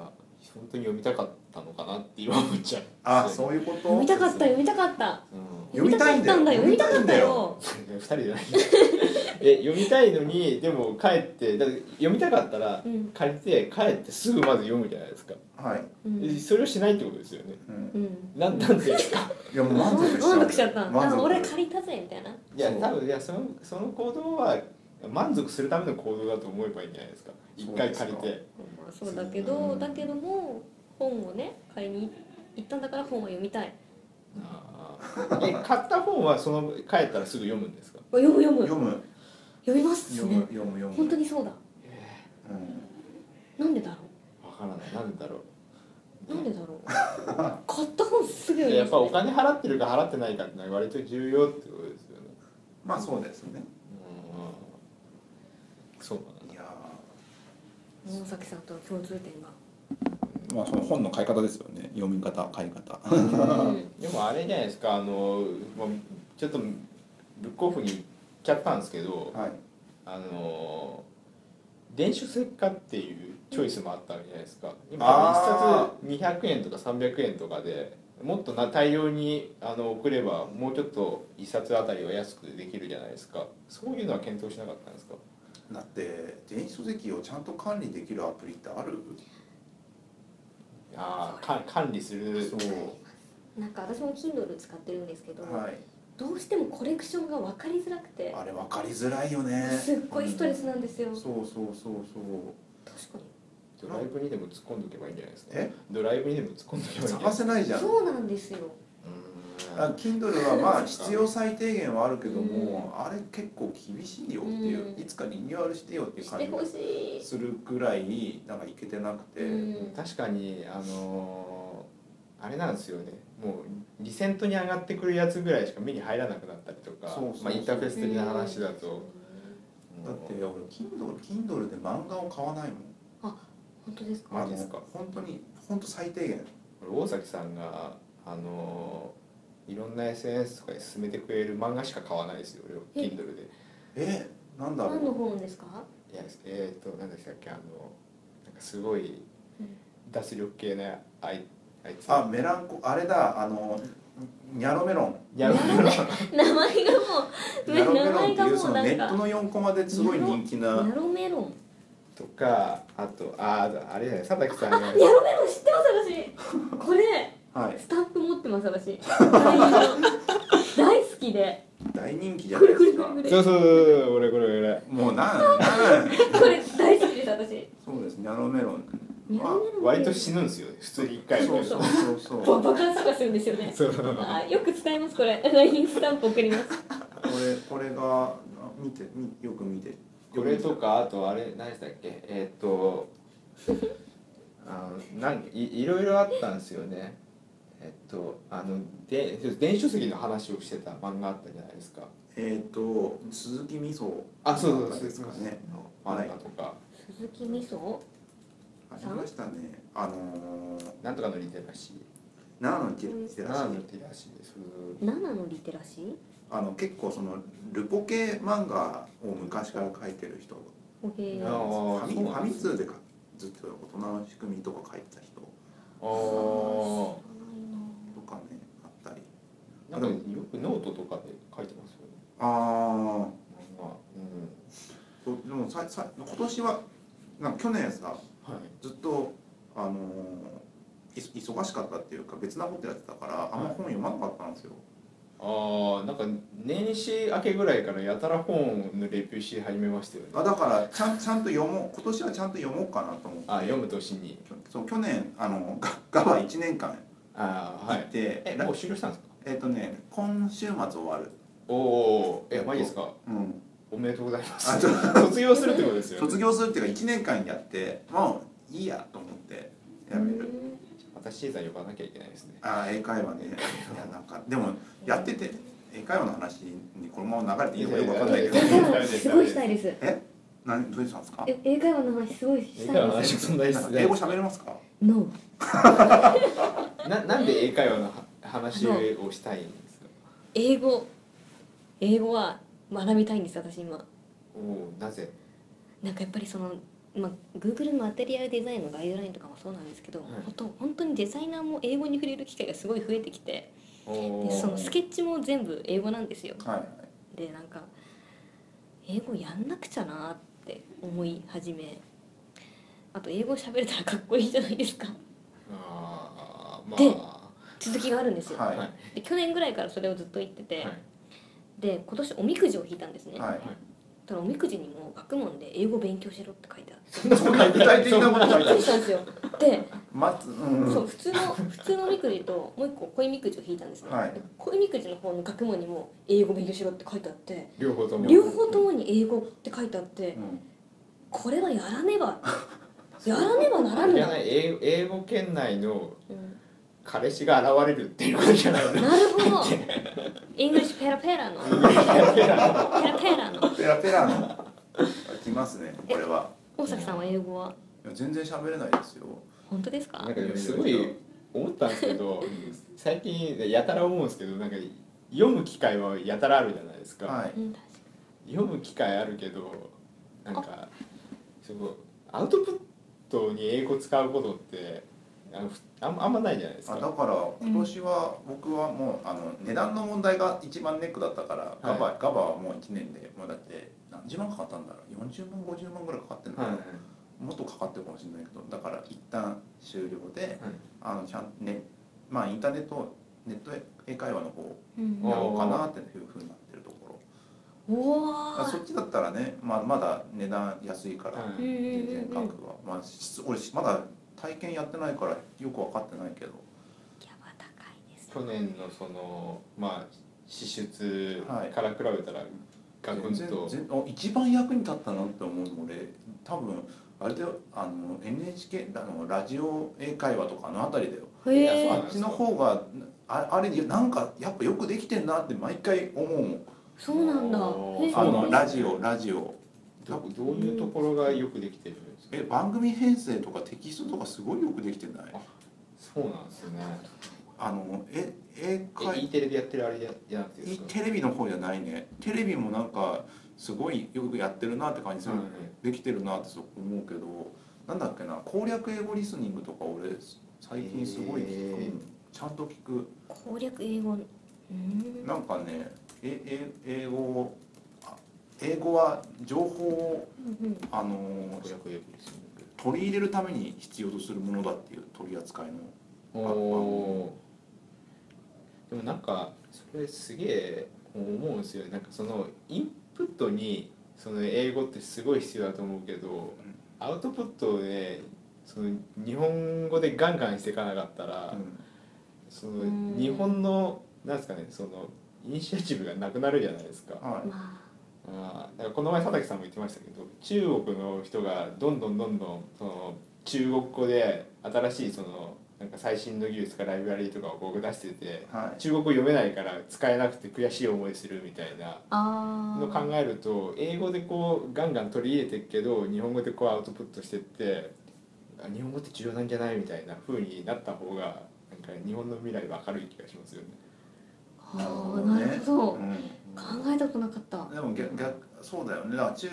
本当に読みたかったのかなって今思っちゃう
あ
う
そういうこと
読みたかった読みたかった
うん
読みたいんだよ
読みたかったんだよ
(laughs) 2人じゃないえ読みたいのにでも帰ってだって読みたかったら
うん
借りて帰ってすぐまず読むじゃないですか、
はい、
うん
えそれをしないってことですよね
うん、
うん
なんなんでですか
いやもう満足しちゃう
満足しちゃった
満
あ
足
俺借りたぜみたいない
や
そう
多 (laughs) 分いやそのその行動は満足するための行動だと思えばいいんじゃないですか一回借り
そう
て
まあそうだけどだけども本をね借りに行ったんだから本は読みたい
あーえ買った本はその帰ったらすぐ読むんですか
あ読む読む
読む
読みます
読む
ね
読む読む
本当にそうだ
うん
なんでだろ
わからないなんでだろ
うなんでだろう買った本すぐ
う
読み
や
ま
っ
す
ぱお
ね
金払ってるか払ってないかってのは割と重要ってことですよね
まあそうですね
うんそうなん
い
だ
や
野崎さんとの共通点が
ーまあその本の買い方ですよね読み方買い方
うん
でもあれじゃないですかあの、まあ、ちょっとブックオフに行っちゃったんですけど
はい
あの電子書籍化っていうチョイスもあったわけじゃないですか今
あ
1冊200円とか300円とかでもっとな大量にあの送ればもうちょっと1冊あたりは安くできるじゃないですかそういうのは検討しなかったんですか
だって電子書籍をちゃんと管理できるアプリってある
ああ管理する
なんか私も Kindle 使ってるんですけど、
はい
どうしてもコレクションが分かりづらくて
あれ分かりづらいよね
すっごいストレスなんですよ、
うん
確か
そうそうそうそう
ドライブにでも突っ込んでおけばいいんじゃないですか
え
ドライブにでも突っ込んでおけばいいんじゃない
探
です
せないじゃ
に
ん
そうなんですよ
か
あ Kindle はまあ必要最低限はあるけども、あれ結構厳しいよっていう、
うん
いつかリニューアルしてよっていう
し
感
て
じ
ほ
が
しい
するくらいなんかいけてなくて、
うん
確かにあのーあれなんですよねもうリセントに上がってくるやつぐらいしか目に入らなくなったりとか
そうそうそう
まあ、インターフェース的な話だと、
うん
だって俺 Kindle, Kindle で漫画を買わないもん
本当ですか
マ
あ
ジっ
の
すか
本当に本当最低限
これ大崎さんがあのーいろんな SNS とかに勧めてくれる漫画しか買わないですよ俺は
え
Kindle で
えなんだろ
何の
う
本ですか
いやえっ、ー、と何でしたっけあのなんかすごい
うん
脱力系なあいあいつ
あメランコあれだあのニャロメロン
いや
名前がも
(laughs)
う
ニャロメ
(laughs)
ロ
名
ン
前
って
が
いう
も
そうの
な
ネ
ん
ットの
か
4コマですごい人気な
ニャロメロン
とかあとあーあれじゃない佐竹さんが
あニャロメロン知ってます私これ
はい
スタンプ持ってます私 (laughs) 大好きで
大人気じゃ
こ
ない
れ
で
これ
す
こ
か
そう
れこれ
そうそうそう俺これ俺
もうなんなん
これ大好きです私
そうですニャロメロン
ニャロメロン
割と死ぬんですよね普通に一回
そ
で
うそうそうそう
ば爆発とかするんですよね
そうそう
あーよく使いますこれ (laughs) LINE スタンプ送ります
俺俺があ見てみよく見て
これとかあとあれ何でしたっけえーっとあのなんいいろいろあったんですよねえっとあので電子書籍の話をしてた漫画あったじゃないですか
えっ、と鈴木みそ
あそうそうそう
ですかね
漫画とか、
鈴木みそ
ありましたねあのー、
なんとかのリテラシ
奈良のテテ
ー
ラシ
なんの
ー
リテラシーです
7のリテラシー
あの結構そのルポ系漫画を昔から書いてる人
おへ
あ
ファ
ー
ー
ミ
そう
フ
な
ァ
ん
ミ
ですね
通でかずっと大人の仕組みとか書いてた人
あ
あ
あ
とかねあったり
なんかよくノートとかで書いてますよね
ああ
漫画うん
そうでもささ今年はなんか去年さ
はい
ずっとあのーい忙しかったっていうか別なことやってたからあんま本読まなかったんですよ、
ああなんか年始明けぐらいからやたら本のレビューし始めましたよね
あだからちゃんちゃんと読もう今年はちゃんと読もうかなと思って
あ読む年に
きょそう去年あのがガバ1年間
ああ
行
は
っ
い
て、
え
ら
もう終了したんですか
えっ、とね今週末終わる、
おおえマジですか
うん、
おめでとうございます
あちょっ
卒業するってことですよ、ね、
卒業するっていうか1年間やってもういいやと思ってやめる
またシーザー呼ばなきゃいけないですね
あー英会話ねいやなんかでもやってて英会話の話にこのまま流れていいのかよくわかん
(laughs)
ないけど
いやいやいや
すごいしたいです
え何どうしたんですか
え英会話の話すごいし
英
た
会話の
いです
話そんなに
なんか英語喋れますか
No
ななんで英会話のは話をしたいんですか
英語英語は学びたいんです私今
おおなぜ
なんかやっぱりその、まあ、Google のマテリアルデザインのガイドラインとかもそうなんですけど、
い
本当本当にデザイナーも英語に触れる機会がすごい増えてきて
おお
でそのスケッチも全部英語なんですよ
はい
でなんか英語やんなくちゃなって思い始めあと英語喋れたらかっこいいじゃないですか
ああま
で
あ
続きがあるんですよ、
は
はいいはい
で去年ぐらいからそれをずっと言ってて、
はい
で今年おみくじを引いたんですね、
はい
ただおみくじにも学問で英語勉強しろって書いてあって
そんな具体的なこと書いてあ
びっく
る
りしたんですよで
待つうん
そう普通の普通のみくじともう一個恋みくじを引いたんですね、
はい
で恋みくじの方の学問にも英語勉強しろって書いてあって
両方とも
両方ともに英語って書いてあって
う
これはやらねばやらねばなら
い
ぬ
らない英英語圏内の
うん
彼氏が現れるっていうことじゃないの (laughs)
なるほどイングリッシュペラペラのペラペラの
んペラペラの来ますねこれは
大崎さんは英語はい
や全然喋れないですよ
本当ですか
なんかでもすごい思ったんですけど最近やたら思うんですけどなんか読む機会はやたらあるじゃないですか、
は
う
い
ん確か
読む機会あるけどなんかすごいアウトプットに英語使うことってあのふあんあんまないじゃないです
あだ
か
から今年は僕はもうあの値段の問題が一番ネックだったから、ガバガバはもう1年でもうだって何十万かかったんだろう40万50万ぐらいかかってるのかな、
はい
もっとかかってるかもしれないけどだから一旦終了であのちゃん、ねまあ、インターネットネット英会話の方
うん
あ
やろうかなっていうふうになってるところ
お
あそっちだったらね、まあ、まだ値段安いから、
はい
全然
全
価格は、まあ、し俺まだ体験やってないからよく分かってないけど、
キャバ高いです
去年のそのまあ支出から比べたらガクン
全然
と、
全あ一番役に立ったなって思うの俺多分あれだよあの NHK あのラジオ英会話とかのあたりだよ、
い
へ
や
あ
そう
え
っちの方がああれなんかやっぱよくできてんなって毎回思うもん
そうなんだ
おー
へえ
あ
そうな
の
んだ
ラジオラジオ
どどういうところがよくできてるんですか
え番組編成とかテキストとかすごいよくできてない
そうなんですね
あのえ英
え
会
E テレでやってるあれじゃじゃなくてですか
テレビの方じゃないねテレビもなんかすごいよくやってるなって感じする、
はいはい
できてるなってそう思うけどなんだっけな攻略英語リスニングとか俺最近すごい聞く、
へー
ちゃんと聞く
攻略英語うーん
なんかねええ英語をあ英語は情報を
うんうん
あの
攻略英語ですね
取り入れるために必要とするものだっていう取り扱いの
おおーでもなんかそれすげえ思うんですよねなんかそのインプットにその英語ってすごい必要だと思うけどアウトプットでその日本語でガンガンしていかなかったら、その
うん
日本のなんですかねそのイニシアチブがなくなるじゃないですか。
うんはい
ま
あーだからこの前佐竹さんも言ってましたけど中国の人がどんどんどんどんその中国語で新しいそのなんか最新の技術かライブラリーとかを僕出してて
はい
中国語読めないから使えなくて悔しい思いするみたいな
ああ
の
ー
考えると英語でこうガンガン取り入れてるけど日本語でこうアウトプットしてってあ日本語って重要なんじゃないみたいな風になった方がなんか日本の未来は明るい気がしますよね。
あーなるほど
うん
考えたことなかった
でも逆逆そうだよねだから中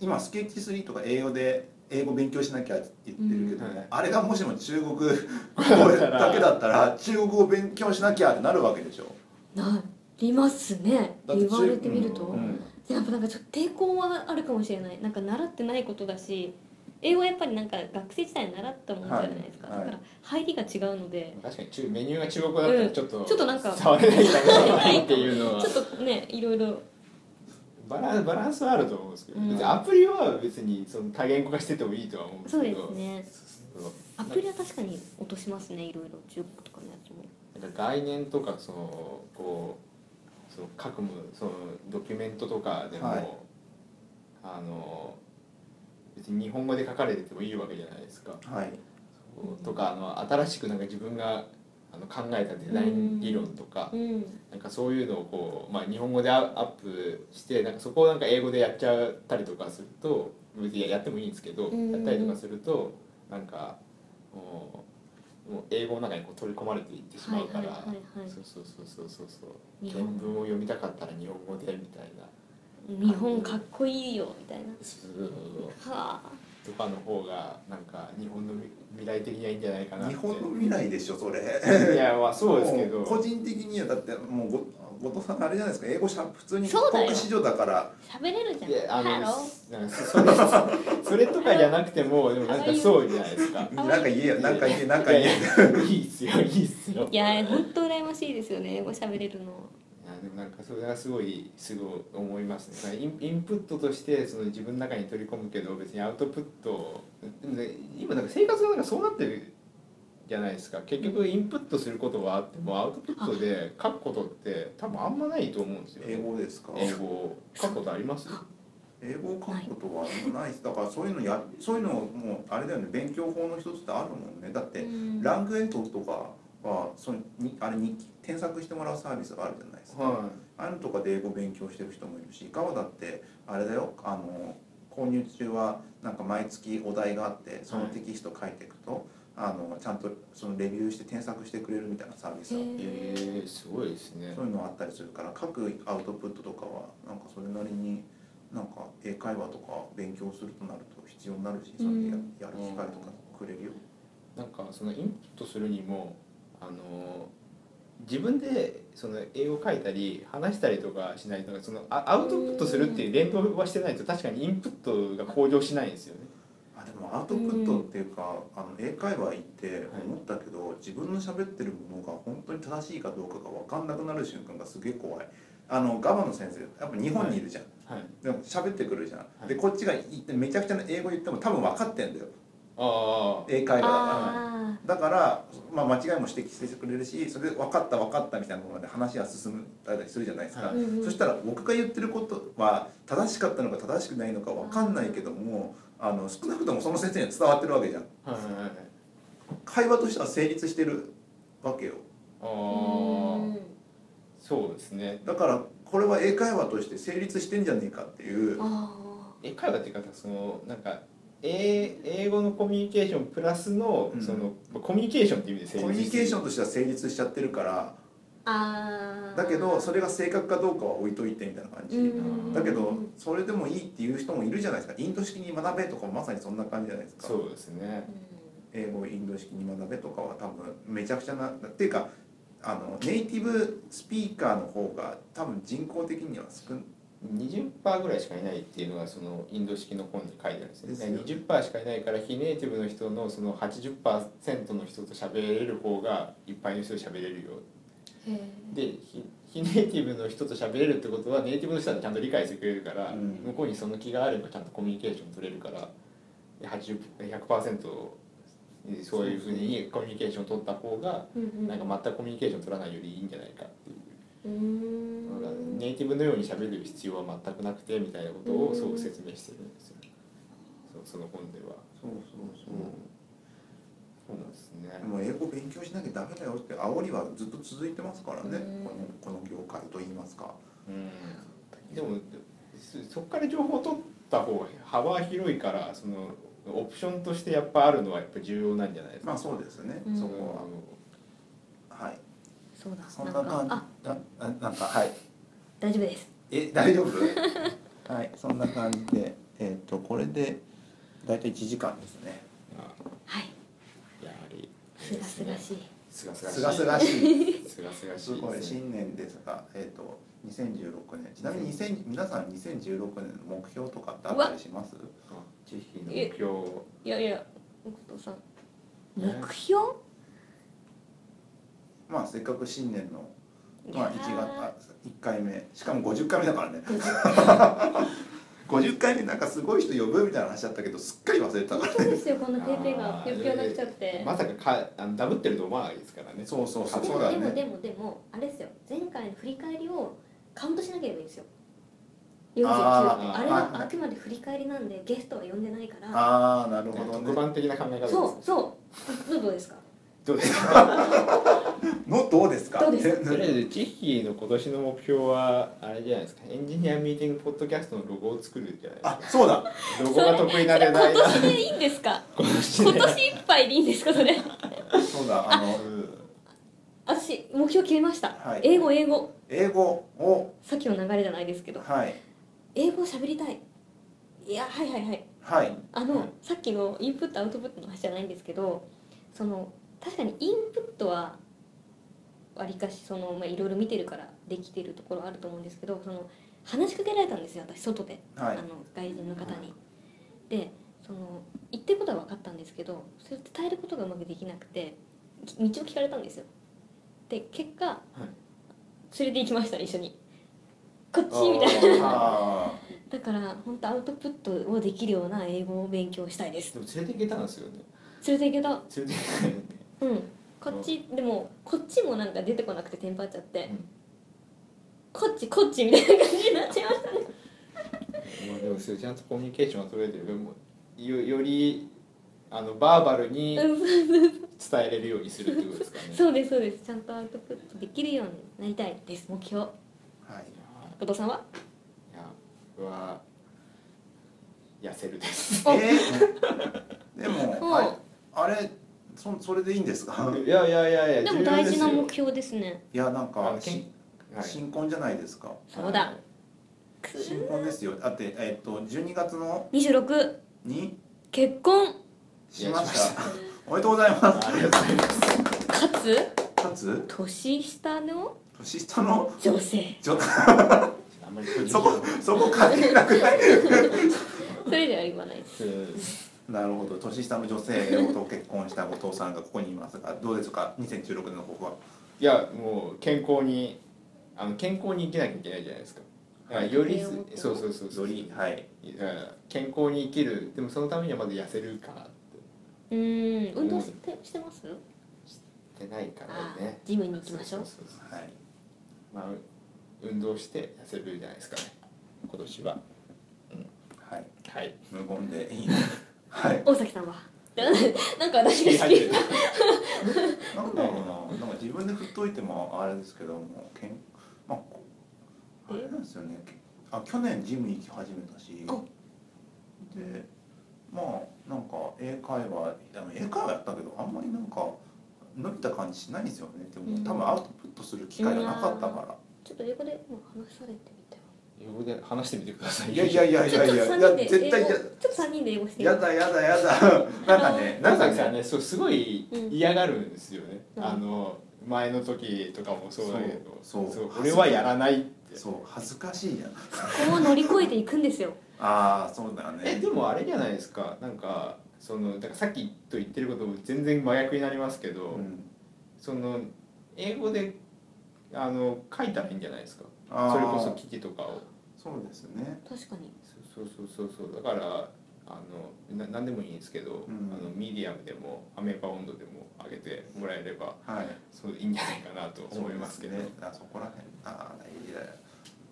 今スケッチ3とか英語で英語勉強しなきゃって言ってるけど、
うんはい
あれがもしも中国語だけだったら中国語勉強しなきゃってなるわけでしょ
ないりますね
だって
言われてみると、
うんうん
やっぱなんかちょっと抵抗はあるかもしれないなんか習ってないことだし英語はやっぱりなんか学生時代に習ったもんじゃないですか、
はいはい
だから入りが違うので
確かに中メニューが中国語だったらちょっと、
うんちょっとなんか
触れないかもしれないっていうのは
ちょっとねいろいろ
バランバランスはあると思うんですけど、
うん
別にアプリは別にその多言語化しててもいいとは思うんです
そう
け
で
ど
すね
そう
アプリは確かに落としますねいろいろ中国とかのやつも
なんか概念とかそのこうその書くもそのドキュメントとかでも、
はい
あの別に日本語で書かれててもいいわけじゃないですか。
はい
とかあの新しくなんか自分があの考えたデザイン理論とか、
うん
なんかそういうのをこう、まあ、日本語でアアップしてなんかそこをなんか英語でやっちゃったりとかすると別にやってもいいんですけど、
うん
やったりとかするとなんかもうもう英語の中にこう取り込まれていってしまうから、
はいはいはいはい
そうそうそうそうそうそう
日
原
本
文を読みたかったら日本語でみたいな
日本かっこいいよみたいな
そうそうそう
はあ
とかの方がなんか日本の未未来的にはいいんじゃないかなっ
日
て。
本の未来でしょそれ
いやまあそうですけど
も個人的にはだってもうご後藤さんあれじゃないですか英語しゃ普通に
そうだよ
国市場だから
喋れるじゃん
いやあの
ハロー
なんかそれそれとかじゃなくてもでもなんかそうじゃないですか。
なんか言えよなんか言えなんか言え
いやいやいいっすよいいっすよ。
いや本当羨ましいですよね英語喋れるの
いやでもなんかそれがすごいすごい思いますねそのインインプットとしてその自分の中に取り込むけど別にアウトプットをでも、ね、今なんか生活がなんかそうなってるじゃないですか結局インプットすることはあってもアウトプットで書くことって多分あんまないと思うんですよ、
英語ですか
英語を書くことあります
英語を書くことはないですだからそういうのやそういうのもうあれだよね勉強法の一つってあるもんねだって
うん
ラングエントとかはそのにあれに添削してもらうサービスがあるじゃないですか、
は
あのとかで英語勉強してる人もいるしガワだってあれだよあの購入中はなんか毎月お題があってそのテキスト書いていくと、あのちゃんとそのレビューして添削してくれるみたいなサービスがあっ
い
て
へ
えー、すごいですね
そういうのあったりするから各アウトプットとかはなんかそれなりになんか英会話とか勉強するとなると必要になるしそれでや
うん
やる機会とかくれるよ、
なんかそのインプットするにもあの自分でその英語書いたり話したりとかしないとそのあアウトプットするっていう連動はしてないと確かにインプットが向上しないんですよね。
あでもアウトプットっていうか、あの英会話行って思ったけど、自分の喋ってるものが本当に正しいかどうかが分かんなくなる瞬間がすげえ怖いあのガバの先生やっぱ日本にいるじゃん、
はい、
でも喋ってくるじゃん、
はい
でこっちが言ってめちゃくちゃな英語言っても多分分かってんだよ
ああ
英会話だから
あ
だから、まあ、間違いも指摘してくれるしそれで分かった分かったみたいなもので話が進むたりするじゃないですか、
は
ーうんうん
そしたら僕が言ってることは正しかったのか正しくないのか分かんないけどもあの少なくともその先生には伝わってるわけじゃん
はいはいはい
会話としては成立してるわけよ
あ
うん
ーそうですね
だからこれは英会話として成立してんじゃねえかっていう
あ
英会話っていうかそのなんか英英語のコミュニケーションプラスの
うん
その、コミュニケーションっていう意味で
コミュニケーショ
ン
ンとしては成立しちゃってるから
ーあー
だけどそれが正確かどうかは置いといてみたいな感じ、
うん
だけどそれでもいいっていう人もいるじゃないですかインド式に学べとかもまさにそんな感じじゃないですか
そうですね
英語をインド式に学べとかは多分めちゃくちゃなっていうかあのネイティブスピーカーの方が多分人口的には少ん
20%ぐらいしかいないっていうのがそのインド式の本に書いてあるんです
ですよ
ね
ね
20%しかいないから非ネイティブの人のその80%の人と喋れる方がいっぱいの人と喋れるよ
へえ
で非非ネイティブの人と喋れるってことはネイティブの人はちゃんと理解してくれるから、
うん
向こうにその気があればちゃんとコミュニケーション取れるから80 100%そういうふうにコミュニケーション取った方がなんか全くコミュニケーション取らないよりいいんじゃないかっていう
うー
だから
ん
ネイティブのように喋る必要は全くなくてみたいなことを
うん
そう説明してるんですよねそうその本では。
そうそう
そうなんですね
でも英語勉強しなきゃダメだよって煽りはずっと続いてますからね
うん
このこの業界といいますか
うん、でもそそこから情報を取った方が幅は広いからそのオプションとしてやっぱあるのはやっぱ重要なんじゃないですか。
まあそうですね
うん
そ
そこは
こははい
そうだ
そんな
なんか
感
あ
じだあなんかはい
大丈夫です
え大丈夫 (laughs) はいそんな感じでえっ、とこれで大体1時間ですね
あ
はい
やはり
すがすがしい
すがすがしい
すがすがしい
すがすがし
す
い
ごい
ですね
新年ですが、えっ、と2016年。ちなみに2000皆さん2016年の目標とかってあったりします？
あジェヒの目標
いやいや奥藤さん目
ね
標
まあせっかく新年の
い
ま
や
あ
ー
1月あ1回目、しかも50回目だからね。50回目なんかすごい人呼ぶみたいな話だったけど、すっかり忘れてたから。
そうですよこんなペーペーが
あー
ぴょんぴょんなくちゃって
まさかかあのダブってると思わないですからね。
そうそうそう
で
そう
も
だ
でもで
ね。
もでもあれですよ前回の振り返りをカウントしなければいいんですよ49
あ
ー
あれは
はい
あくまで振り返りなんでゲストは呼んでないから
ああなるほど
特
ね。
番的な考え方です。
そうそうどうどうですか
どうですか。
のどうですか？
どうです
とりあえずジェヒの今年の目標はあれじゃないですか。エンジニアミーティングポッドキャストのロゴを作るじゃないですか。
あそうだ。
ロゴが得意なデザイナ
今
ー
年でいいんですか
今年
今
ね
年いっぱいでいいんですかそれ
そうだあの
私目標決めました、
はい
英語英語
英語を
さっきの流れじゃないですけど
はい
英語を喋りたいいやはいはいはい
はい
あ
う
の
ん
さっきのインプットアウトプットの話じゃないんですけどその確かにインプットはわりかしその、まあ、いろいろ見てるからできてるところあると思うんですけどその話しかけられたんですよ私外で、
はい
あの外人の方に。でその言ってることは分かったんですけどそれを伝えることがうまくできなくてき道を聞かれたんですよ。で結果連れて行きました一緒に。こっちみたいな。
ああ
だから本当アウトプットをできるような英語を勉強したいです
で。も連れて行けたんですよね
連れて行けた
連れて行けたよね
うんこっちでもこっちもなんか出てこなくてテンパっちゃって、
うん
こっちこっちみたいな感じになっちゃいましたね
まあでもそれちゃんとコミュニケーションが取れてる分もよよりあのバーバルに
うんそう
伝えれるようにするってことですかね
そうですそうですちゃんとアウトプットできるようになりたいです目標
はい。
後藤さんはい
や僕は痩せるです (laughs)
えー、でも、
お
はい、あれそそれでいいんですか
いやいやいやい
で
や
も大事な目
標
標ですね
いやなん
あ
か
のけん
し新婚じゃないですか
そうだく
新婚ですよだってえっ、と12月の
26
に
結婚
しましたおめでとうございます
ありがとうございます
かつ
かつ
年下の
年下の
女性
ちょ (laughs)
あんまり個人
そこそこ関係なくない (laughs)
それじゃ言わないです
なるほど年下の女性と結婚した後藤さんがここにいますがどうですか2016年の抱負はい
やもう健康にあの健康に生きなきゃいけないじゃないですかだからよりす
はい
そうそうそうそう
よりはい
だから健康に生きるでもそのためにはまだ痩せるかなって
うーん運動してしてます
してないからね
ジムに行きましょう
そそそそ
はい
まあ運動して痩せるじゃないですかね今年は
はい
はい
無言で (laughs) いいねはい
大崎さんはなんか私が
入っ
好 (laughs) き
てる
なんだろうななんか自分で振っといてもあれですけどもけんまあこあれなんですよねあ去年ジム行き始めたし
あ
でまあなんか英会話あの英会話やったけどあんまりなんか伸びた感じしないんですよねでも
うん
多分アウトプットする機会がなかったか
ちょっと英語でもう話されてみて
英語で話してみてくださ
ら
い
いやいやいやい
ちょっ
やい
と
や
三
いや
人で
絶対
英
や
語ちょっと三人で英語して
やだやだや
(laughs)
だなんかねな
なんん
か
かさん
ね
ねそうすごい
うん
嫌がるんですよね、
うん
あの前の時とかもそうだけど
そうそう
俺はやらないって
そう恥ずかしいやん
ここを乗り越えていくんですよ
ああそうだよ
え
ね
でもあれじゃないですかなんかそのだからさっきと言ってることも全然真逆になりますけど、
うん
その英語であの書いたらいいんじゃないですか
あー
それこそ危機とかを
そうですね
確かに
そうそうそうそうそうだからあのな何でもいいんですけど、
うん
あのミディアムでもアメーバ温度でも上げてもらえれば
はい
そういいんじゃないかなと思いますけど
そうですね、あそこら辺ああいやいや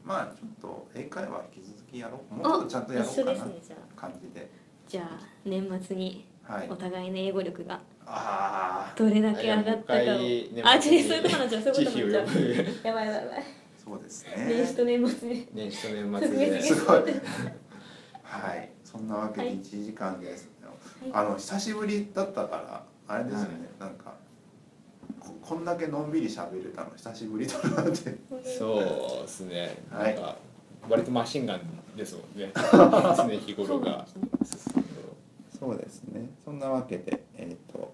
まあちょっと英会話引き続きやろうもうちょっとちゃんとやろ
一
う
緒
か
です
な
ねじゃあ
感じで
じゃあ年末に
はい
お互いの英語力が
ああ
どれだけ上がったかを
あいやもう一回年末に
あ違うそういうことなんじゃうそういう
慈悲を
ことなん
呼
じゃう
ぶ
やばいやばいやばい
そうです
年始
ね
と年末で
年始と年末で
すごい (laughs) はいそんなわけで
はい
1時間です、
はい
あの久しぶりだったからあれですよね、なんかここんだけのんびり喋れたの久しぶりだなって
そうですね
は
ないんか割とマシンガンですもんね常日頃
そうなん
が
ですね
そうですねそんなわけでえっ、と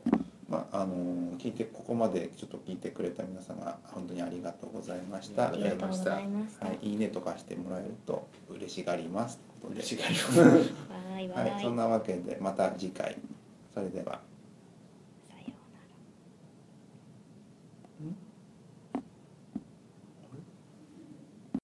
まああの聞いてここまでちょっと聞いてくれた皆様本当にありがとうございました
あ
あ
り
り
がと
がと
う
う
ご
ご
ざ
ざ
い
いました。
は、
はい
いいねとかしてもらえると嬉しがります。ということで
嬉しがります
い、わーいわ
はい、
ー
そ
い
ん。なわけでまた次回。それでは。